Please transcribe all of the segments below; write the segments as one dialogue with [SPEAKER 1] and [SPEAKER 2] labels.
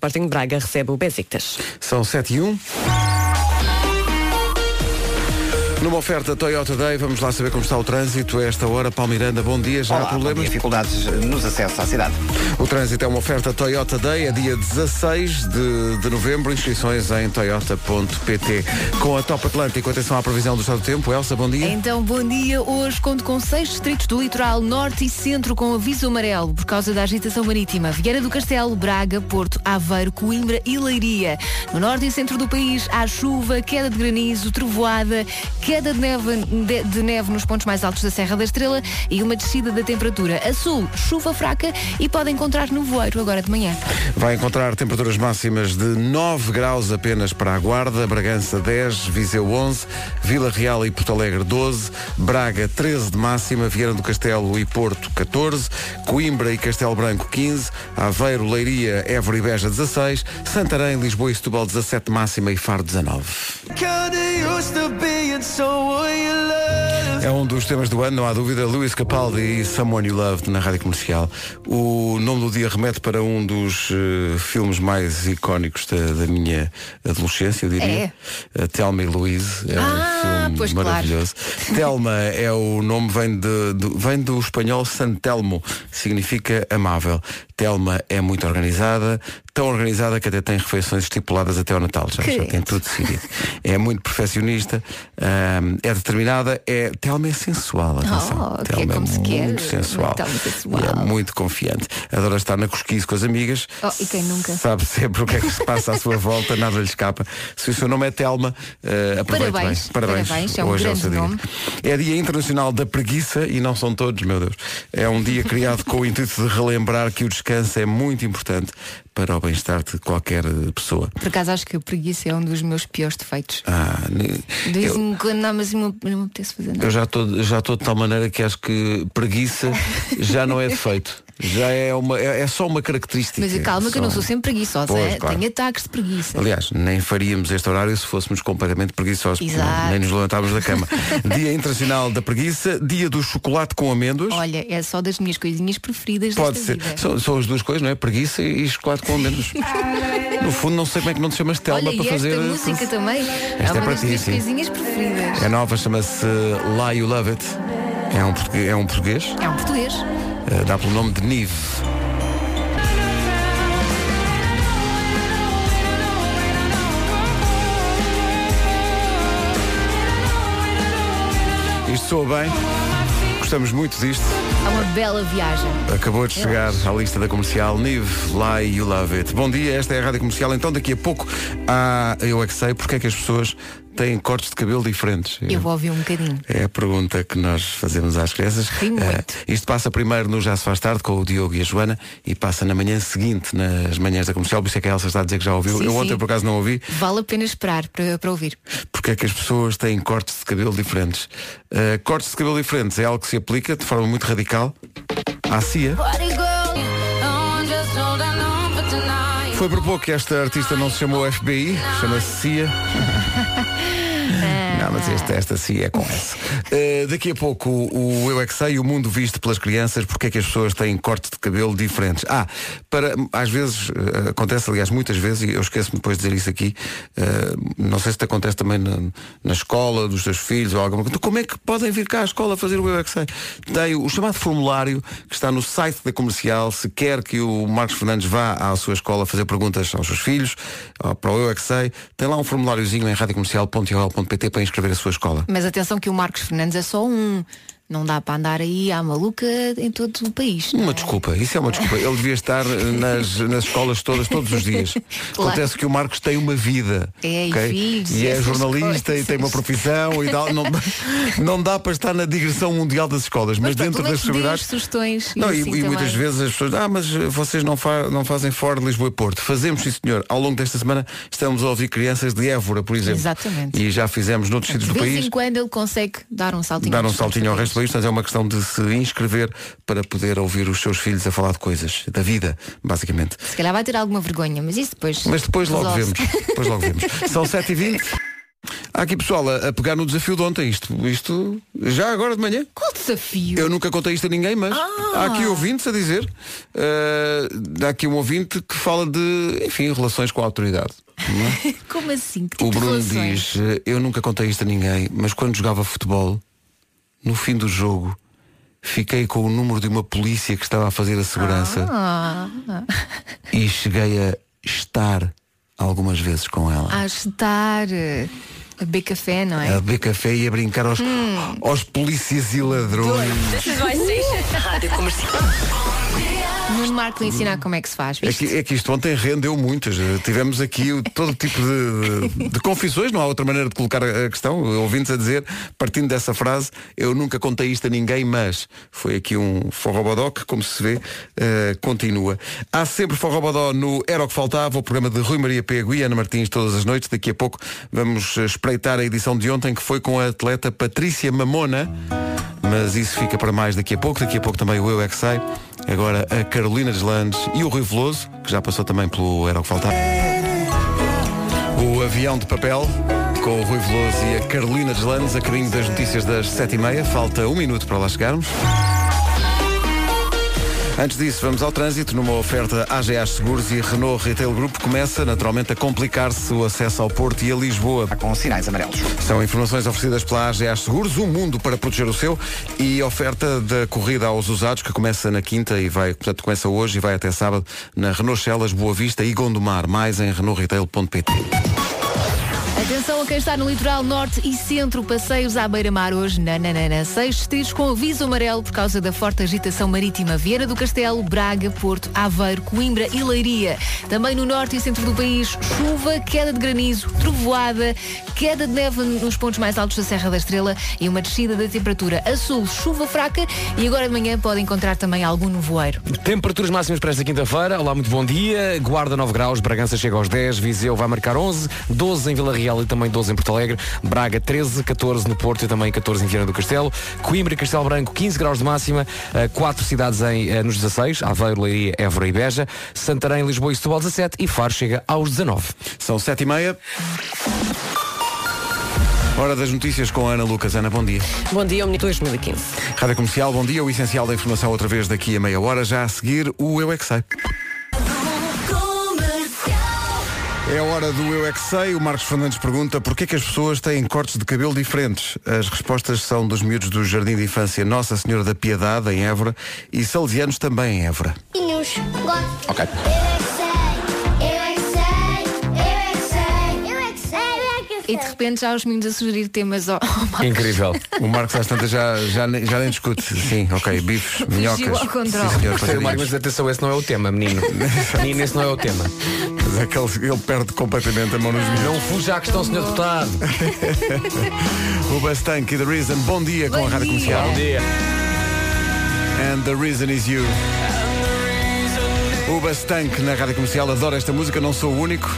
[SPEAKER 1] Sporting de Braga recebe o Besiktas.
[SPEAKER 2] São 7 e 1. Numa oferta Toyota Day, vamos lá saber como está o trânsito a esta hora. Palmiranda, bom dia. Já há
[SPEAKER 3] Olá, bom
[SPEAKER 2] problemas?
[SPEAKER 3] dia. dificuldades eh, nos acessos à cidade.
[SPEAKER 2] O trânsito é uma oferta Toyota Day, é dia 16 de, de novembro. Inscrições em toyota.pt. Com a Top Atlântico, atenção à previsão do estado do tempo. Elsa, bom dia.
[SPEAKER 4] Então, bom dia. Hoje conto com seis distritos do litoral norte e centro com aviso amarelo por causa da agitação marítima. Vieira do Castelo, Braga, Porto, Aveiro, Coimbra e Leiria. No norte e centro do país há chuva, queda de granizo, trovoada, queda de neve, de, de neve nos pontos mais altos da Serra da Estrela e uma descida da temperatura. A sul, chuva fraca e pode encontrar nevoeiro agora de manhã.
[SPEAKER 2] Vai encontrar temperaturas máximas de 9 graus apenas para a Guarda, Bragança 10, Viseu 11, Vila Real e Porto Alegre 12, Braga 13 de máxima, Vieira do Castelo e Porto 14, Coimbra e Castelo Branco 15, Aveiro, Leiria, Évora e Beja 16, Santarém, Lisboa e Setúbal 17 de máxima e Faro 19. É um dos temas do ano, não há dúvida. Luís Capaldi e Someone You Loved na rádio comercial. O nome do dia remete para um dos eh, filmes mais icónicos da, da minha adolescência, eu diria. A Thelma e Louise. É
[SPEAKER 4] É. Ah,
[SPEAKER 2] um
[SPEAKER 4] pois
[SPEAKER 2] filme
[SPEAKER 4] claro.
[SPEAKER 2] maravilhoso. Telma é o nome, vem, de, do- vem do espanhol Santelmo, significa amável. Telma é muito organizada, tão organizada que até tem refeições estipuladas até ao Natal. Já, já
[SPEAKER 4] Querido.
[SPEAKER 2] tem tudo decidido. É muito perfeccionista, hum, é determinada, é. Telma é sensual, atenção.
[SPEAKER 4] Oh, que é
[SPEAKER 2] Telma
[SPEAKER 4] como se
[SPEAKER 2] muito
[SPEAKER 4] quer.
[SPEAKER 2] sensual.
[SPEAKER 4] Telma sensual.
[SPEAKER 2] E É muito confiante. Adora estar na cosquice com as amigas.
[SPEAKER 4] Oh, e quem nunca?
[SPEAKER 2] Sabe sempre o que é que se passa à sua volta, nada lhe escapa. Se o seu nome é Telma, eh, aproveite
[SPEAKER 4] Parabéns,
[SPEAKER 2] bem.
[SPEAKER 4] parabéns, é um
[SPEAKER 2] Hoje o
[SPEAKER 4] grande
[SPEAKER 2] seu dia.
[SPEAKER 4] nome.
[SPEAKER 2] É Dia Internacional da Preguiça e não são todos, meu Deus. É um dia criado com o intuito de relembrar que o descanso é muito importante para o bem-estar de qualquer eh, pessoa.
[SPEAKER 4] Por acaso acho que a preguiça é um dos meus piores defeitos.
[SPEAKER 2] Ah, ne-
[SPEAKER 4] De vez
[SPEAKER 2] eu,
[SPEAKER 4] em quando dá, mas não não me apetece fazer nada.
[SPEAKER 2] eu já estou já estou de tal maneira que acho que preguiça já não é defeito. Já é, uma, é, é só uma característica.
[SPEAKER 4] Mas calma que eu não
[SPEAKER 2] Só-
[SPEAKER 4] sou sempre preguiçosa,
[SPEAKER 2] Pois,
[SPEAKER 4] é?
[SPEAKER 2] claro.
[SPEAKER 4] tenho ataques de preguiça.
[SPEAKER 2] Aliás, nem faríamos este horário se fôssemos completamente preguiçosos. porque
[SPEAKER 4] Exato.
[SPEAKER 2] Nem nos levantávamos da cama. Dia Internacional da Preguiça, Dia do Chocolate com Amêndoas.
[SPEAKER 4] Olha, é só das minhas coisinhas preferidas
[SPEAKER 2] Pode
[SPEAKER 4] desta
[SPEAKER 2] ser.
[SPEAKER 4] vida.
[SPEAKER 2] São, são as duas coisas, não é? Preguiça e chocolate com amêndoas. no fundo, não sei como é que não te chamas Telma
[SPEAKER 4] Ah. Olha,
[SPEAKER 2] para
[SPEAKER 4] e
[SPEAKER 2] fazer.
[SPEAKER 4] esta música também é
[SPEAKER 2] Esta é
[SPEAKER 4] uma
[SPEAKER 2] para
[SPEAKER 4] das
[SPEAKER 2] ti,
[SPEAKER 4] minhas
[SPEAKER 2] sim.
[SPEAKER 4] coisinhas preferidas.
[SPEAKER 2] É nova, chama-se Lie You Love It. É um, português, é um português,
[SPEAKER 4] É um português.
[SPEAKER 2] eh, dá pelo nome de Nive. Isto soa bem, gostamos muito disto.
[SPEAKER 4] É uma bela viagem.
[SPEAKER 2] Acabou de chegar à lista da comercial Nive, Lie You Love It. Bom dia, esta é a Rádio Comercial. Então daqui a pouco há, eu é que sei porque é que as pessoas têm cortes de cabelo diferentes.
[SPEAKER 4] Eu vou ouvir um bocadinho.
[SPEAKER 2] É a pergunta que nós fazemos às crianças.
[SPEAKER 4] Ri muito.
[SPEAKER 2] Eh, isto passa primeiro no Já se faz tarde com o Diogo e a Joana e passa na manhã seguinte nas manhãs da comercial, por isso é que a Elsa está a dizer que já ouviu.
[SPEAKER 4] Sim,
[SPEAKER 2] eu ontem
[SPEAKER 4] sim.
[SPEAKER 2] por acaso não ouvi,
[SPEAKER 4] Vale a pena esperar para, para ouvir.
[SPEAKER 2] porque é que as pessoas têm cortes de cabelo diferentes. Eh, cortes de cabelo diferentes é algo que se aplica de forma muito radical à CIA. Foi por pouco que esta artista não se chamou FBI, chama-se CIA. Não, mas esta, esta CIA é com S. Eh, daqui a pouco o, o Eu É Que Sei, o mundo visto pelas crianças, porque é que as pessoas têm corte de cabelo diferentes. Ah, para, às vezes, eh, acontece, aliás, muitas vezes, e eu esqueço-me depois de dizer isso aqui, eh, não sei se te acontece também na, na escola dos teus filhos ou alguma coisa. Então, como é que podem vir cá à escola fazer o Eu É Que Sei? Tem o chamado formulário que está no site da comercial, se quer que o Marcos Fernandes vá à sua escola fazer perguntas aos seus filhos, ou para o Eu É Que Sei, tem lá um formuláriozinho em radiocomercial.ol.pt para inscrever a sua escola.
[SPEAKER 4] Mas atenção que o Marcos Fernandes é só um. Não dá para andar aí à maluca em todo o país. não
[SPEAKER 2] Uma
[SPEAKER 4] é?
[SPEAKER 2] desculpa, isso é uma desculpa. Ele devia estar eh, nas, nas escolas todas, todos os dias.
[SPEAKER 4] Claro.
[SPEAKER 2] Acontece que o Marcos tem uma vida.
[SPEAKER 4] É, e
[SPEAKER 2] ok?
[SPEAKER 4] filhos,
[SPEAKER 2] E
[SPEAKER 4] e
[SPEAKER 2] é
[SPEAKER 4] essas
[SPEAKER 2] jornalista e
[SPEAKER 4] coisas.
[SPEAKER 2] tem uma profissão e tal. Não, não dá para estar na digressão mundial das escolas, mas,
[SPEAKER 4] Mas é
[SPEAKER 2] dentro
[SPEAKER 4] pronto, pelo
[SPEAKER 2] das
[SPEAKER 4] menos dê as
[SPEAKER 2] possibilidades.
[SPEAKER 4] sugestões.
[SPEAKER 2] Não,
[SPEAKER 4] e,
[SPEAKER 2] e,
[SPEAKER 4] assim
[SPEAKER 2] e muitas
[SPEAKER 4] também.
[SPEAKER 2] vezes as pessoas, ah, mas eh, vocês não, fa- não fazem fora de Lisboa e Porto. Fazemos, sim senhor. Ao longo desta semana estamos a ouvir crianças de Évora, por exemplo.
[SPEAKER 4] Exatamente.
[SPEAKER 2] E já fizemos noutros sítios do
[SPEAKER 4] De vez
[SPEAKER 2] país
[SPEAKER 4] em quando ele consegue dar um saltinho.
[SPEAKER 2] dar
[SPEAKER 4] ao
[SPEAKER 2] um
[SPEAKER 4] resto do
[SPEAKER 2] saltinho ao
[SPEAKER 4] país.
[SPEAKER 2] resto do país, portanto é uma questão de se inscrever para poder ouvir os seus filhos a falar de coisas, da vida, basicamente.
[SPEAKER 4] Se calhar vai ter alguma vergonha, mas isso depois.
[SPEAKER 2] Mas depois logo
[SPEAKER 4] resolve-se.
[SPEAKER 2] vemos. Depois logo vemos. São 7h20. Há aqui pessoal a, a pegar no desafio de ontem, isto, isto já agora de manhã.
[SPEAKER 4] Qual desafio? desafio.
[SPEAKER 2] Eu nunca contei isto a ninguém, mas
[SPEAKER 4] Ah.
[SPEAKER 2] há aqui ouvintes a dizer. eh, há aqui um ouvinte que fala de, enfim, relações com a autoridade. não é?
[SPEAKER 4] Como assim? Que tipo
[SPEAKER 2] O
[SPEAKER 4] de
[SPEAKER 2] Bruno
[SPEAKER 4] relações?
[SPEAKER 2] diz, eh, eu nunca contei isto a ninguém, mas quando jogava futebol, no fim do jogo, fiquei com o número de uma polícia que estava a fazer a segurança
[SPEAKER 4] Ah,
[SPEAKER 2] e cheguei a estar algumas vezes com ela.
[SPEAKER 4] a estar eh, a beber café, Ah, não é? Hum.
[SPEAKER 2] A beber café e a brincar aos, aos polícias e ladrões.
[SPEAKER 4] Nuno Marco lhe ensinar como é que se faz,
[SPEAKER 2] É
[SPEAKER 4] viste?
[SPEAKER 2] que, é que isto ontem rendeu muitas. Eh, Tivemos aqui o- todo tipo de, de- de confissões, não há outra maneira de colocar a a questão. Ouvintes a dizer, partindo dessa frase, eu nunca contei isto a ninguém, mas foi aqui um forrobodó que, como se vê, eh, continua. Há sempre forrobodó no Era o que Faltava, o programa de Rui Maria Pego e Ana Martins todas as noites. Daqui a pouco vamos eh, espreitar a edição de ontem, que foi com a atleta Patrícia Mamona. Mas isso fica para mais daqui a pouco. Daqui a pouco também o Eu É Que Sei. Agora a Carolina Deslandes e o Rui Veloso, que já passou também pelo Era O Que Faltava. O Avião de Papel, com o Rui Veloso e a Carolina Deslandes, a caminho das notícias das sete e meia. Falta um minuto para lá chegarmos. Antes disso, vamos ao trânsito. Numa oferta AGA Seguros e Renault Retail Group, começa naturalmente a complicar-se o acesso ao Porto e a Lisboa.
[SPEAKER 3] Com sinais amarelos.
[SPEAKER 2] São informações oferecidas pela AGA Seguros, um mundo para proteger o seu e oferta da corrida aos usados que começa na quinta e vai, portanto, começa hoje e vai até sábado na Renault Celas, Boa Vista e Gondomar. Mais em renaultretail.pt.
[SPEAKER 4] Atenção a quem está no litoral norte e centro, passeios à beira-mar hoje, nananana, seis distritos com aviso amarelo por causa da forte agitação marítima. Vieira do Castelo, Braga, Porto, Aveiro, Coimbra e Leiria. Também no norte e centro do país, chuva, queda de granizo, trovoada, queda de neve nos pontos mais altos da Serra da Estrela e uma descida da temperatura. A sul, chuva fraca e agora de manhã pode encontrar também algum nevoeiro.
[SPEAKER 5] Temperaturas máximas para esta quinta-feira. Olá, muito bom dia. Guarda 9 graus, Bragança chega aos 10, Viseu vai marcar 11, 12 em Vila Real e também 12 em Porto Alegre, Braga 13, 14 no Porto e também 14 em Viana do Castelo, Coimbra e Castelo Branco 15 graus de máxima, 4 cidades em, eh, nos 16, Aveiro, Leiria, Évora e Beja, Santarém, Lisboa e Setúbal 17 e Faro chega aos 19.
[SPEAKER 2] São sete e meia. Hora das notícias com a Ana Lucas. Ana, bom dia.
[SPEAKER 1] Bom dia, Omni 2015.
[SPEAKER 2] Rádio Comercial, bom dia. O essencial da informação outra vez daqui a meia hora. Já a seguir, o Eu É Que Sei. É a hora do Eu É Que Sei. O Marcos Fernandes pergunta porquê que as pessoas têm cortes de cabelo diferentes. As respostas são dos miúdos do Jardim de Infância Nossa Senhora da Piedade, em Évora, e salesianos também em Évora.
[SPEAKER 6] Pinhos. Gosto.
[SPEAKER 3] Ok.
[SPEAKER 6] Eu é que sei, eu é que sei, eu é que sei, eu é que sei, eu é que sei.
[SPEAKER 4] E de repente já os meninos a sugerir temas ao, ao mar.
[SPEAKER 5] Incrível.
[SPEAKER 2] O Marcos às tantas já, já, nem- já nem discute. Sim, ok, bifes, minhocas.
[SPEAKER 4] ao controle. é
[SPEAKER 2] Sim, senhor,
[SPEAKER 5] Sério, Marco,
[SPEAKER 2] passarinhos.
[SPEAKER 5] mas atenção, esse não é o tema, menino. menino, esse não é o tema.
[SPEAKER 2] Mas é que ele, ele perde completamente a mão nos miúdos.
[SPEAKER 5] Não
[SPEAKER 4] Ah.
[SPEAKER 5] fuja à questão, senhor deputado.
[SPEAKER 2] O Bastank e The Reason, bom dia com a
[SPEAKER 4] Bom
[SPEAKER 2] Rádio
[SPEAKER 4] dia.
[SPEAKER 2] Comercial.
[SPEAKER 5] Bom dia.
[SPEAKER 2] And the reason is you. O Bastank na Rádio Comercial adora esta música, não sou o único.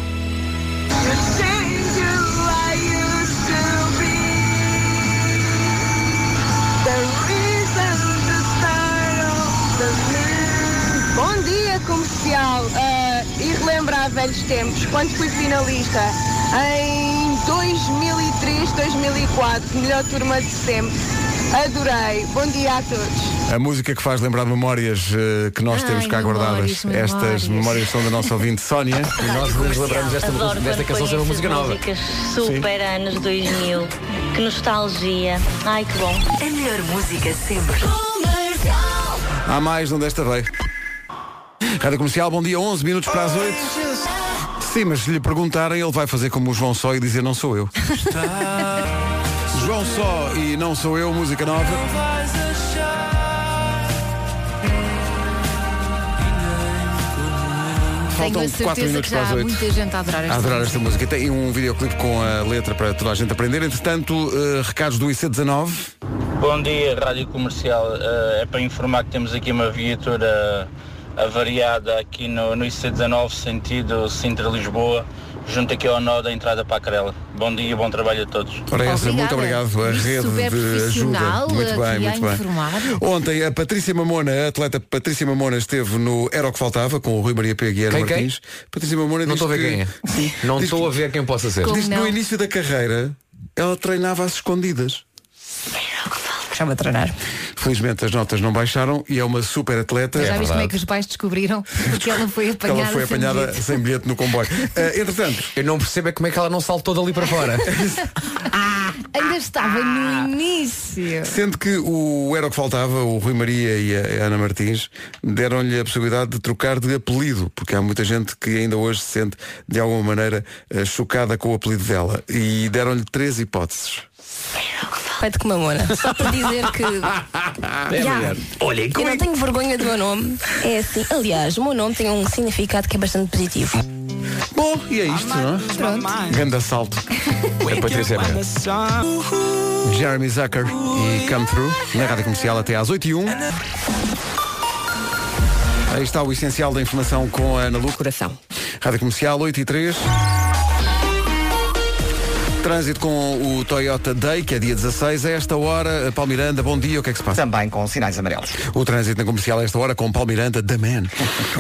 [SPEAKER 7] Bom dia, comercial. Ah, e relembrar velhos tempos, quando fui finalista em 2003, 2004, melhor turma de sempre. Adorei. Bom dia a todos.
[SPEAKER 2] A música que faz lembrar memórias eh, que nós
[SPEAKER 4] Ai,
[SPEAKER 2] temos cá
[SPEAKER 4] memórias,
[SPEAKER 2] guardadas.
[SPEAKER 4] memórias.
[SPEAKER 2] Estas memórias são da nossa ouvinte Sónia.
[SPEAKER 5] E nós nos lembramos desta,
[SPEAKER 8] Adoro
[SPEAKER 5] desta
[SPEAKER 8] quando
[SPEAKER 5] canção ser uma
[SPEAKER 8] põem
[SPEAKER 5] música
[SPEAKER 8] essas
[SPEAKER 5] nova.
[SPEAKER 8] músicas Super anos 2000. Que nostalgia. Ai, que bom.
[SPEAKER 9] A melhor música sempre.
[SPEAKER 2] Há mais onde esta veio. Rádio Comercial, bom dia, 11 minutos para as 8. Sim, mas se lhe perguntarem, ele vai fazer como o João Só e dizer não sou eu. João Só e não sou eu, música nova.
[SPEAKER 4] Tenho
[SPEAKER 2] Faltam 4
[SPEAKER 4] a certeza
[SPEAKER 2] minutos
[SPEAKER 4] que
[SPEAKER 2] para
[SPEAKER 4] já
[SPEAKER 2] as
[SPEAKER 4] há
[SPEAKER 2] 8.
[SPEAKER 4] muita gente a adorar esta
[SPEAKER 2] A adorar
[SPEAKER 4] música.
[SPEAKER 2] esta música. Tem um videoclipe com a letra para toda a gente aprender. Entretanto, eh, recados do IC19.
[SPEAKER 10] Bom dia, Rádio Comercial. Eh, é para Ah, informar que temos aqui uma viatura avariada aqui no, no IC19, sentido Sintra-Lisboa, junto aqui ao nó da entrada para a Carela. Bom dia, bom trabalho a todos.
[SPEAKER 2] Ora, essa,
[SPEAKER 4] Obrigada.
[SPEAKER 2] muito obrigado. A
[SPEAKER 4] E
[SPEAKER 2] rede
[SPEAKER 4] super
[SPEAKER 2] de ajuda.
[SPEAKER 4] profissional, eh,
[SPEAKER 2] Muito
[SPEAKER 4] aqui
[SPEAKER 2] bem,
[SPEAKER 4] a
[SPEAKER 2] muito bem.
[SPEAKER 4] informar.
[SPEAKER 2] Ontem a Patrícia Mamona, a atleta Patrícia Mamona, esteve no Era o que Faltava com o Rui Maria Pega e Ana
[SPEAKER 5] Quem, quem?
[SPEAKER 2] Martins. Patrícia Mamona diz
[SPEAKER 5] Não estou a ver
[SPEAKER 2] que-
[SPEAKER 5] quem é.
[SPEAKER 2] Sim.
[SPEAKER 5] Não
[SPEAKER 2] Diz
[SPEAKER 5] estou a
[SPEAKER 2] que-
[SPEAKER 5] ver quem possa ser.
[SPEAKER 4] Como
[SPEAKER 2] Diz que no
[SPEAKER 4] não?
[SPEAKER 2] início da carreira ela treinava às escondidas.
[SPEAKER 1] Estava a treinar.
[SPEAKER 2] Felizmente as notas não baixaram e é uma super atleta.
[SPEAKER 4] Já viste como é que os pais descobriram? Porque ela foi
[SPEAKER 2] Que
[SPEAKER 4] apanhada.
[SPEAKER 2] ela foi
[SPEAKER 4] sem
[SPEAKER 2] apanhada
[SPEAKER 4] bilhete.
[SPEAKER 2] sem bilhete no comboio. Eh, entretanto,
[SPEAKER 5] Eu não percebo é como é que ela não saltou dali para fora.
[SPEAKER 4] Ainda estava
[SPEAKER 1] Ah.
[SPEAKER 4] no início.
[SPEAKER 2] Sendo que o Era o que Faltava, o Rui Maria e a Ana Martins, deram-lhe a possibilidade de trocar de apelido, porque há muita gente que ainda hoje se sente, de alguma maneira, eh, chocada com o apelido dela. E deram-lhe três hipóteses.
[SPEAKER 1] Feito com mamona. Só para dizer que.
[SPEAKER 2] Ah,
[SPEAKER 1] Yeah.
[SPEAKER 2] Olhem,
[SPEAKER 1] Eu não tenho vergonha do meu nome. É assim. Aliás, o meu nome tem um significado que é bastante positivo.
[SPEAKER 2] Bom, e é isto, não é?
[SPEAKER 4] Pronto.
[SPEAKER 2] Grande assalto.
[SPEAKER 5] a Patrícia Herrera.
[SPEAKER 2] Jeremy Zucker e Come Through, na Rádio Comercial até às 8 e 1 Aí está o essencial da informação com a Ana Lucas.
[SPEAKER 1] Coração.
[SPEAKER 2] Rádio Comercial 8 e 3. Trânsito com o Toyota Day, que é dia 16. A esta hora, Palmiranda, bom dia, o que é que se passa?
[SPEAKER 3] Também com sinais amarelos.
[SPEAKER 5] Tá.
[SPEAKER 2] O trânsito na comercial a esta hora com Palmiranda da Man.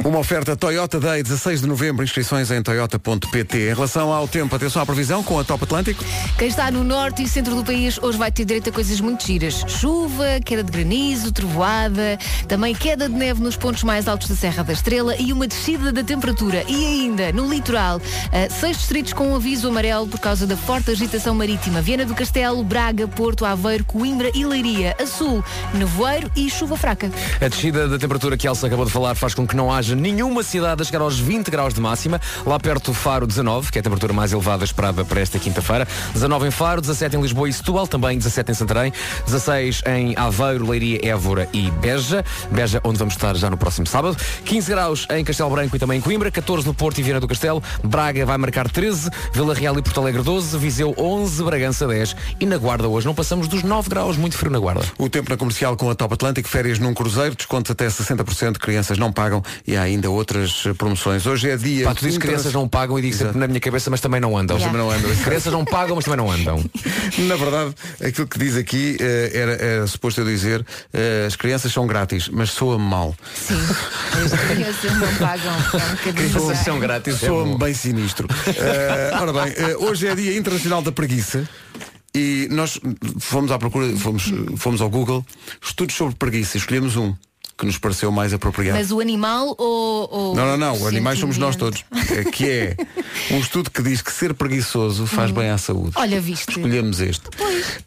[SPEAKER 2] Uma oferta Toyota Day, 16 de novembro, inscrições em toyota.pt. Em relação ao tempo, atenção à previsão com a Top Atlântico.
[SPEAKER 4] Quem está no norte e centro do país hoje vai ter direito a coisas muito giras. Chuva, queda de granizo, trovoada, também queda de neve nos pontos mais altos da Serra da Estrela e uma descida da temperatura. E ainda, no litoral, eh, seis distritos com um aviso amarelo por causa da forte agitação marítima. Viana do Castelo, Braga, Porto, Aveiro, Coimbra e Leiria. A sul, nevoeiro e chuva fraca.
[SPEAKER 5] A descida da temperatura que a Elsa acabou de falar faz com que não haja nenhuma cidade a chegar aos 20 graus de máxima. Lá perto do Faro 19, que é a temperatura mais elevada esperada para esta quinta-feira. 19 em Faro, 17 em Lisboa e Setúbal, também 17 em Santarém, 16 em Aveiro, Leiria, Évora e Beja. Beja onde vamos estar já no próximo sábado. 15 graus em Castelo Branco e também em Coimbra, 14 no Porto e Viana do Castelo, Braga vai marcar 13, Vila Real e Porto Alegre 12, Viseu 11, Bragança 10 e na Guarda hoje não passamos dos 9 graus, muito frio na Guarda.
[SPEAKER 2] O tempo na comercial com a Top Atlântico, férias num cruzeiro, descontos até 60%, crianças não pagam e há ainda outras eh, promoções. Hoje é dia.
[SPEAKER 5] Pá, tu dizes que crianças não pagam e digo sempre na minha cabeça, mas também não andam.
[SPEAKER 4] Yeah.
[SPEAKER 5] Também não andam. crianças não pagam, mas também não andam.
[SPEAKER 2] Na verdade, aquilo que diz aqui eh, era, era suposto eu dizer, eh, as crianças são grátis, mas soa mal.
[SPEAKER 4] Sim, as crianças não pagam. É um bocadinho
[SPEAKER 5] Crianças
[SPEAKER 4] já.
[SPEAKER 5] são grátis. é
[SPEAKER 2] Soa-me
[SPEAKER 5] bom.
[SPEAKER 2] bem sinistro. Eh, ora bem, eh, hoje é dia internacional da preguiça. E nós fomos à procura, fomos, fomos ao Google, estudos sobre preguiça, escolhemos um que nos pareceu mais apropriado.
[SPEAKER 4] Mas o animal ou. ou
[SPEAKER 2] Não, não,
[SPEAKER 4] o
[SPEAKER 2] não. Animais somos nós
[SPEAKER 4] sentimento?
[SPEAKER 2] todos. É, Que é um estudo que diz que ser preguiçoso faz
[SPEAKER 5] Uhum.
[SPEAKER 2] bem à saúde.
[SPEAKER 4] Olha, viste.
[SPEAKER 2] Escolhemos este.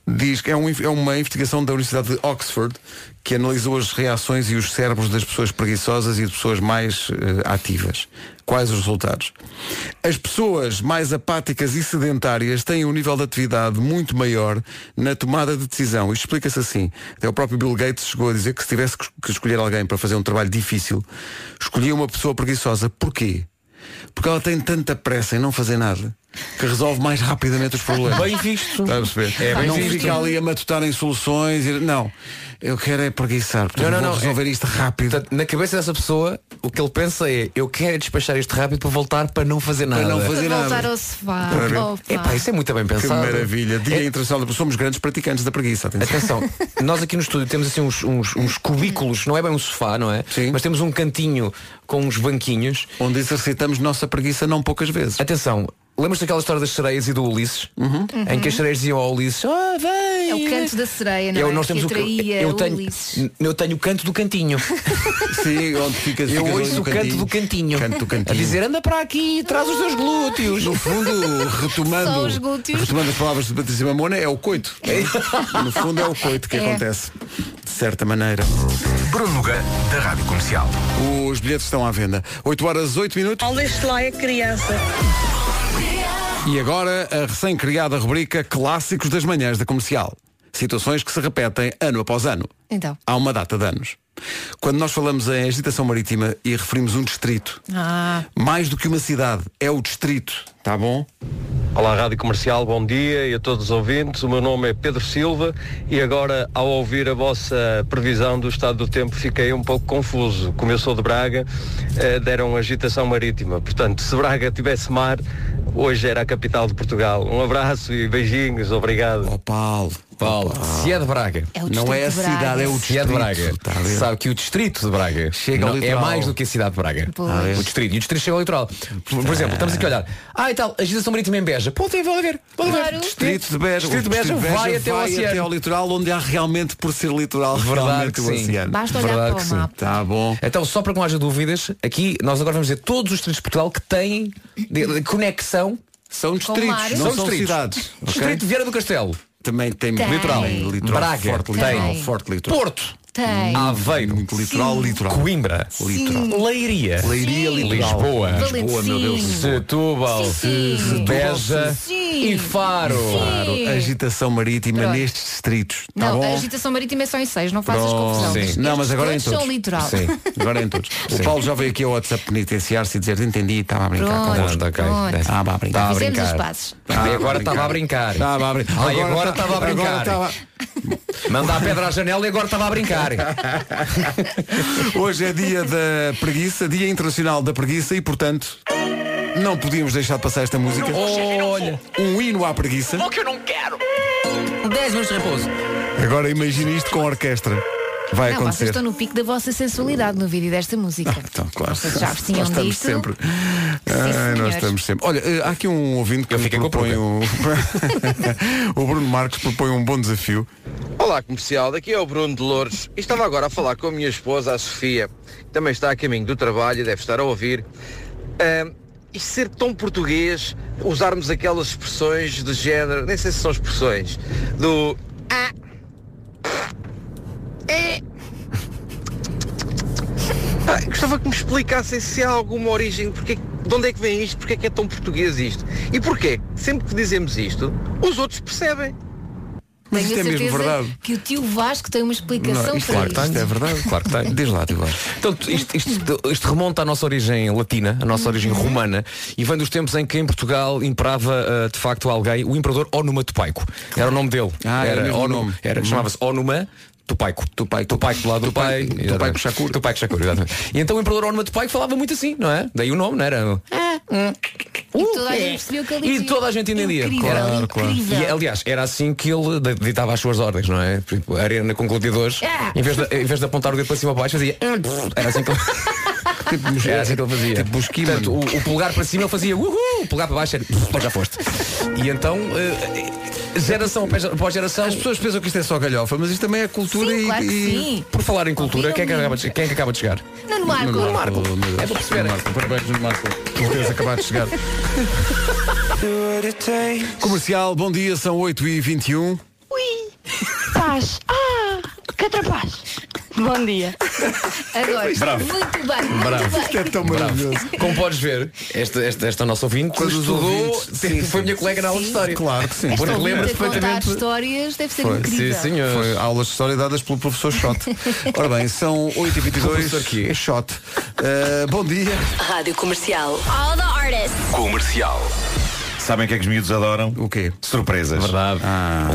[SPEAKER 2] Diz que é, um- é uma investigação da Universidade de Oxford que analisou as reações e os cérebros das pessoas preguiçosas e de pessoas mais eh, ativas. Quais os resultados? As pessoas mais apáticas e sedentárias têm um nível de atividade muito maior na tomada de decisão. Isto explica-se assim. Até o próprio Bill Gates chegou a dizer que se tivesse que es- que escolher alguém para fazer um trabalho difícil, escolhia uma pessoa preguiçosa. Porquê? Porque ela tem tanta pressa em não fazer nada que resolve mais rapidamente os problemas.
[SPEAKER 5] Bem visto.
[SPEAKER 2] Está a perceber?
[SPEAKER 5] É, bem
[SPEAKER 2] não
[SPEAKER 5] visto.
[SPEAKER 2] fica ali a matutar em soluções. e- Não. Eu quero é preguiçar. Portanto,
[SPEAKER 5] Não, não,
[SPEAKER 2] vou
[SPEAKER 5] não,
[SPEAKER 2] resolver isto rápido.
[SPEAKER 5] Portanto, na cabeça dessa pessoa, o que ele pensa é, eu quero é despachar isto rápido para voltar para não fazer nada.
[SPEAKER 2] Para não fazer
[SPEAKER 4] Voltar
[SPEAKER 2] nada.
[SPEAKER 4] ao sofá.
[SPEAKER 2] Para ver.
[SPEAKER 4] Opa.
[SPEAKER 5] Epá, isso é muito bem
[SPEAKER 2] Que
[SPEAKER 5] pensado. É,
[SPEAKER 2] maravilha. Dia Internacional da Preguiça. Somos grandes praticantes da preguiça. Atenção.
[SPEAKER 5] Atenção, nós aqui no estúdio temos assim uns, uns- uns cubículos, não é bem um sofá, não é?
[SPEAKER 2] Sim.
[SPEAKER 5] Mas temos um cantinho com uns banquinhos
[SPEAKER 2] É- Onde exercitamos nossa preguiça não poucas vezes.
[SPEAKER 5] Atenção, lembras daquela história das sereias e do Ulisses? Em que as sereias diziam ao Ulisses, ah, vem!
[SPEAKER 4] É o canto da sereia, Uhum. não
[SPEAKER 5] Eu,
[SPEAKER 4] é?
[SPEAKER 5] nós
[SPEAKER 4] Que
[SPEAKER 5] temos o,
[SPEAKER 4] atraía
[SPEAKER 5] eu,
[SPEAKER 4] o
[SPEAKER 5] tenho,
[SPEAKER 4] Ulisses.
[SPEAKER 5] eu tenho o canto do cantinho.
[SPEAKER 2] Sim, onde fica
[SPEAKER 5] Eu ouço o canto do cantinho.
[SPEAKER 2] Canto do
[SPEAKER 5] A
[SPEAKER 2] cantinho.
[SPEAKER 5] dizer, anda para aqui, traz os teus glúteos.
[SPEAKER 2] No fundo,
[SPEAKER 4] Só os
[SPEAKER 2] retomando,
[SPEAKER 4] glúteos.
[SPEAKER 2] retomando as palavras de Patrícia Mamona, é o coito. No fundo é o coito que
[SPEAKER 4] É.
[SPEAKER 2] acontece, de certa maneira.
[SPEAKER 11] Bruno Nogueira, da Rádio Comercial.
[SPEAKER 2] Os bilhetes estão à venda. 8 horas 8 minutos.
[SPEAKER 9] Onde lá é criança.
[SPEAKER 2] E agora a recém-criada rubrica Clássicos das Manhãs da Comercial. Situações que se repetem ano após ano.
[SPEAKER 4] Então.
[SPEAKER 2] Há uma data de anos. Quando nós falamos em agitação marítima e referimos um distrito,
[SPEAKER 4] Ah,
[SPEAKER 2] mais do que uma cidade, é o distrito, tá bom?
[SPEAKER 10] Olá, Rádio Comercial, bom dia e a todos os ouvintes. O meu nome é Pedro Silva e agora, ao ouvir a vossa previsão do estado do tempo, fiquei um pouco confuso. Como eu sou de Braga, eh, deram agitação marítima. Portanto, se Braga tivesse mar,
[SPEAKER 12] Hoje era a capital de Portugal. Um abraço e beijinhos, obrigado.
[SPEAKER 2] Ó Paulo,
[SPEAKER 5] Paulo, se é de Braga.
[SPEAKER 2] É o Não é a distrito de Braga. cidade, é o
[SPEAKER 5] Se é de Braga.
[SPEAKER 2] distrito, tá a ver?
[SPEAKER 5] Sabe que o distrito de Braga
[SPEAKER 2] Chega ao
[SPEAKER 5] não- é
[SPEAKER 2] litoral.
[SPEAKER 5] mais do que a cidade de Braga.
[SPEAKER 2] Pois. Tá a ver?
[SPEAKER 5] O distrito. E o distrito chega ao litoral. Por, por exemplo, estamos aqui a olhar. Ah, e tal, agitação marítima em Beja. Pô, tem a ver. Pode ver.
[SPEAKER 2] Distrito de Beja.
[SPEAKER 5] Distrito de Beja vai até ao
[SPEAKER 2] até
[SPEAKER 5] oceano.
[SPEAKER 2] ao litoral, onde há realmente, por ser litoral,
[SPEAKER 5] Verdade
[SPEAKER 2] realmente
[SPEAKER 5] que
[SPEAKER 2] o
[SPEAKER 5] sim.
[SPEAKER 2] oceano.
[SPEAKER 5] Verdade que sim.
[SPEAKER 2] Tá bom.
[SPEAKER 5] Então, só para que não haja dúvidas, aqui nós agora vamos dizer todos os distritos de Portugal que têm de- de conexão.
[SPEAKER 2] São distritos, não são cidades, ok?
[SPEAKER 5] Distrito de Vieira do Castelo.
[SPEAKER 2] Também tem,
[SPEAKER 5] Tem.
[SPEAKER 2] litoral.
[SPEAKER 5] Tem.
[SPEAKER 2] litoral
[SPEAKER 5] Braga,
[SPEAKER 2] forte
[SPEAKER 5] tem.
[SPEAKER 2] litoral, forte litoral.
[SPEAKER 5] Porto.
[SPEAKER 13] Tem.
[SPEAKER 2] Ah, tá
[SPEAKER 5] Aveiro.
[SPEAKER 2] Muito litoral,
[SPEAKER 5] Sim.
[SPEAKER 2] litoral.
[SPEAKER 5] Coimbra.
[SPEAKER 2] Litoral.
[SPEAKER 5] Leiria.
[SPEAKER 2] Leiria, litoral.
[SPEAKER 5] Lisboa.
[SPEAKER 2] Lisboa, meu Deus.
[SPEAKER 5] Valentim. Setúbal.
[SPEAKER 2] Sim. Setúbal,
[SPEAKER 5] Beja.
[SPEAKER 13] Sim.
[SPEAKER 5] E Faro.
[SPEAKER 13] Sim.
[SPEAKER 2] Agitação marítima
[SPEAKER 13] Pronto.
[SPEAKER 2] nestes distritos. Tá
[SPEAKER 13] Não,
[SPEAKER 2] bom?
[SPEAKER 13] a agitação marítima é só em seis, não faças
[SPEAKER 2] Pronto.
[SPEAKER 13] confusão.
[SPEAKER 2] Sim.
[SPEAKER 13] Estes
[SPEAKER 2] Não, mas agora em
[SPEAKER 13] todos
[SPEAKER 2] todos.
[SPEAKER 13] são litoral.
[SPEAKER 2] Sim, tá, agora é em todos. O Paulo já veio aqui ao WhatsApp penitenciar-se e dizer, entendi, estava a brincar
[SPEAKER 13] Pronto,
[SPEAKER 2] convosco.
[SPEAKER 13] ok. pronto.
[SPEAKER 2] Estava a brincar.
[SPEAKER 13] Fizemos os passos.
[SPEAKER 5] E agora estava a brincar.
[SPEAKER 2] Estava a brincar.
[SPEAKER 5] Ah, e agora
[SPEAKER 2] tá-
[SPEAKER 5] estava a brincar.
[SPEAKER 2] agora tava-
[SPEAKER 5] Manda a pedra à janela e agora estava a brincar.
[SPEAKER 2] Hoje é dia da preguiça, dia internacional da preguiça e, portanto, não podíamos deixar de passar esta música.
[SPEAKER 5] Olha,
[SPEAKER 2] um hino à preguiça.
[SPEAKER 5] Vou que eu não quero. 10 minutos de repouso.
[SPEAKER 2] Agora imagina isto com a orquestra. Vai
[SPEAKER 13] não, vocês
[SPEAKER 2] É acontecer.
[SPEAKER 13] estão no pico da vossa sensualidade no vídeo desta música.
[SPEAKER 2] Então, claro.
[SPEAKER 13] Vocês já os tinham
[SPEAKER 2] nós estamos
[SPEAKER 13] dito.
[SPEAKER 2] sempre. Ai,
[SPEAKER 13] senhor.
[SPEAKER 2] nós estamos sempre. Olha, eh, há aqui um ouvinte que me propõe o... o Bruno Marques propõe um bom desafio.
[SPEAKER 14] Olá comercial, daqui é o Bruno de Lourdes e estava agora a falar com a minha esposa, a Sofia, que também está a caminho do trabalho e deve estar a ouvir. Ahm, e ser tão português, usarmos aquelas expressões de género, nem sei se são expressões, do ah, é. Pá, gostava que me explicassem se há alguma origem, porque, é que- de onde é que vem isto, porque é que é tão português isto. E porquê? Sempre que dizemos isto, os outros percebem.
[SPEAKER 2] Mas
[SPEAKER 13] Tenho
[SPEAKER 2] isto é
[SPEAKER 13] a
[SPEAKER 2] mesmo
[SPEAKER 13] certeza
[SPEAKER 2] verdade.
[SPEAKER 13] que o tio Vasco tem uma explicação
[SPEAKER 5] isto,
[SPEAKER 13] para
[SPEAKER 5] claro que
[SPEAKER 13] isto.
[SPEAKER 5] tem, é verdade, claro que tem.
[SPEAKER 2] Diz lá, diz lá.
[SPEAKER 5] Então, isto, isto- isto remonta à nossa origem latina, à nossa origem
[SPEAKER 13] Uhum.
[SPEAKER 5] romana, e vem dos tempos em que em Portugal imperava eh, de facto alguém, o imperador Onuma Tupaico. Era o nome dele.
[SPEAKER 2] Ah, era mesmo o
[SPEAKER 5] Onu-
[SPEAKER 2] nome.
[SPEAKER 5] era-
[SPEAKER 2] Uhum.
[SPEAKER 5] Chamava-se Onuma Tupaico.
[SPEAKER 2] Tupaico.
[SPEAKER 5] Tupaico do lado do pai.
[SPEAKER 2] Tupaico
[SPEAKER 5] Shakur. Tupaico Shakur, exatamente. E então o imperador Onuma Tupaico falava muito assim, não é? Daí o nome, não era?
[SPEAKER 13] Ah.
[SPEAKER 5] Hum.
[SPEAKER 13] E
[SPEAKER 2] é
[SPEAKER 13] toda a gente percebeu que ali
[SPEAKER 5] E toda a gente entendia.
[SPEAKER 13] Incrível,
[SPEAKER 5] Era-
[SPEAKER 13] incrível.
[SPEAKER 5] E, aliás, era assim que ele de- ditava as suas ordens, não é? Tipo, arena com gladiadores,
[SPEAKER 13] Ah!
[SPEAKER 5] em, vez de, em vez de apontar o dedo para cima ou para baixo, fazia. Era assim que ele. Era assim que ele fazia. Portanto, o, o polegar para cima ele fazia uhul, o polegar para baixo era "Pô, já foste. E então, eh, eh, geração após- após geração. As
[SPEAKER 2] pessoas pensam que isto é só galhofa, mas isto também é cultura
[SPEAKER 13] Sim, e- claro que e- sim.
[SPEAKER 5] Por falar em cultura, quem é que acaba de, quem é que acaba de chegar?
[SPEAKER 13] Nuno Marco.
[SPEAKER 5] Nuno Marco. É para perceber.
[SPEAKER 2] Parabéns, Nuno Oh, Marco. Por teres acabado de chegar. Comercial, bom dia, são 8h21.
[SPEAKER 15] Ui! Paz! Ah! Catrapaz! Bom dia!
[SPEAKER 13] Agora,
[SPEAKER 5] Bravo.
[SPEAKER 13] muito bem, muito
[SPEAKER 5] Bravo. é
[SPEAKER 13] bem.
[SPEAKER 2] É
[SPEAKER 5] Bravo. Como podes ver, esta, esta, esta nossa ouvinte
[SPEAKER 2] Quando os
[SPEAKER 5] estudou,
[SPEAKER 2] ouvintes-
[SPEAKER 5] tem-
[SPEAKER 2] sim,
[SPEAKER 5] foi
[SPEAKER 2] sim.
[SPEAKER 5] minha colega na aula de história.
[SPEAKER 2] Claro que sim.
[SPEAKER 5] Porque
[SPEAKER 2] Esta
[SPEAKER 5] lembra
[SPEAKER 13] Para contar
[SPEAKER 5] perfeitamente.
[SPEAKER 13] histórias deve ser
[SPEAKER 2] Sim,
[SPEAKER 13] incrível.
[SPEAKER 2] senhor. Foi aulas de história dadas pelo professor Schott. Ora bem, são 8h22.
[SPEAKER 5] Professor quê?
[SPEAKER 2] Schott. Eh, bom dia.
[SPEAKER 9] Rádio Comercial.
[SPEAKER 6] All the artists.
[SPEAKER 11] Comercial. Sabem o que é que os miúdos adoram?
[SPEAKER 2] O quê?
[SPEAKER 11] Surpresas. Verdade.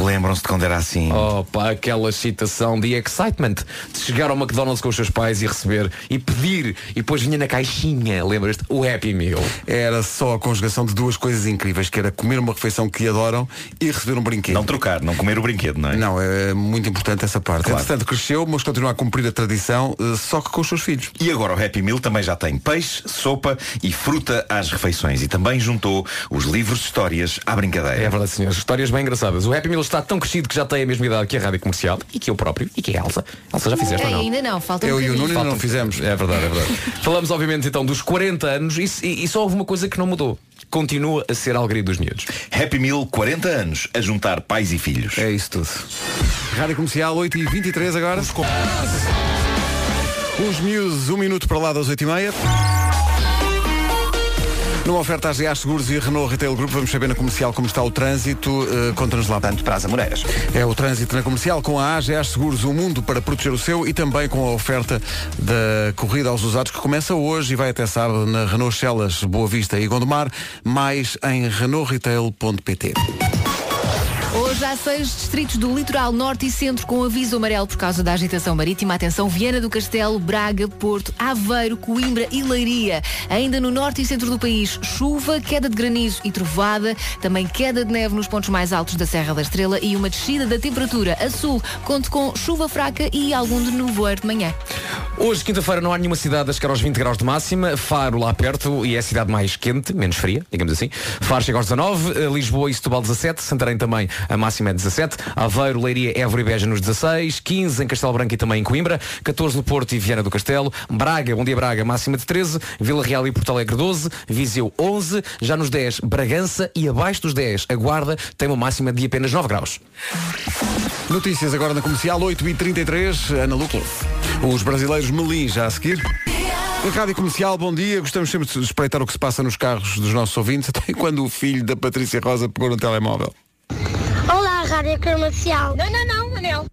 [SPEAKER 11] Lembram-se de quando era assim.
[SPEAKER 3] Oh.
[SPEAKER 5] Opa, aquela excitação de excitement de chegar ao McDonald's com os seus pais e receber e pedir e depois vinha na caixinha, lembras-te? O Happy Meal.
[SPEAKER 2] Era só a conjugação de duas coisas incríveis, que era comer uma refeição que adoram e receber um brinquedo. Não
[SPEAKER 11] trocar, não comer o brinquedo, não é?
[SPEAKER 2] Não, é muito importante essa parte.
[SPEAKER 11] Claro.
[SPEAKER 2] Entretanto, cresceu, mas continua a cumprir a tradição, eh, só que com os seus filhos.
[SPEAKER 11] E agora o Happy Meal também já tem peixe, sopa e fruta às refeições. E também juntou os livros de histórias à brincadeira.
[SPEAKER 5] É verdade, senhores. Histórias bem engraçadas. O Happy Meal está tão crescido que já tem a mesma idade que a rádio comercial e que eu próprio e que a Elsa. Elsa, já fizeste ou
[SPEAKER 13] Ei,
[SPEAKER 5] não?
[SPEAKER 13] Ainda não, falta um bocadinho.
[SPEAKER 5] não fizemos. É verdade, é verdade. Falamos, obviamente, então dos 40 anos e, e- e só houve uma coisa que não mudou. Continua a ser alegria dos miúdos.
[SPEAKER 11] Happy Meal, 40 anos, a juntar pais e filhos.
[SPEAKER 2] É isso tudo. Rádio Comercial, 8h23 agora. Os, Muse, um minuto para lá das 8h30. Numa oferta às GA Seguros e Renault Retail Group, vamos saber na comercial como está o trânsito. eh, Conta-nos lá. Tanto
[SPEAKER 11] para as Amoreiras.
[SPEAKER 2] É o trânsito na comercial com a AGA Seguros, o mundo para proteger o seu e também com a oferta da corrida aos usados que começa hoje e vai até sábado na Renault Celas, Boa Vista e Gondomar, mais em RenaultRetail.pt.
[SPEAKER 13] Hoje
[SPEAKER 4] Hoje há seis distritos do litoral norte e centro com aviso amarelo por causa da agitação marítima. Atenção, Viana do Castelo, Braga, Porto, Aveiro, Coimbra e Leiria. Ainda no norte e centro do país, chuva, queda de granizo e trovada. Também queda de neve nos pontos mais altos da Serra da Estrela e uma descida da temperatura. A sul, conto com chuva fraca e algum de nevoeiro de manhã.
[SPEAKER 5] Hoje, quinta-feira, não há nenhuma cidade a chegar aos 20 graus de máxima. Faro lá perto e é a cidade mais quente, menos fria, digamos assim. Faro chega aos 19, eh, Lisboa e Setúbal 17, Santarém também a máxima é 17, Aveiro, Leiria, Évora e Beja nos 16, 15 em Castelo Branco e também em Coimbra, 14 no Porto e Viana do Castelo, Braga, Bom Dia Braga, máxima de 13, Vila Real e Porto Alegre 12, Viseu 11, já nos 10 Bragança e abaixo dos 10 a Guarda tem uma máxima de apenas 9 graus.
[SPEAKER 2] Notícias agora na comercial 8h33, Ana Lucas. Os brasileiros Melim já a seguir. Rádio Comercial, bom dia. Gostamos sempre de espreitar o que se passa nos carros dos nossos ouvintes, até quando o filho da Patrícia Rosa pegou no telemóvel.
[SPEAKER 6] Olá, Rádio Comercial. Não, não, não, Manel.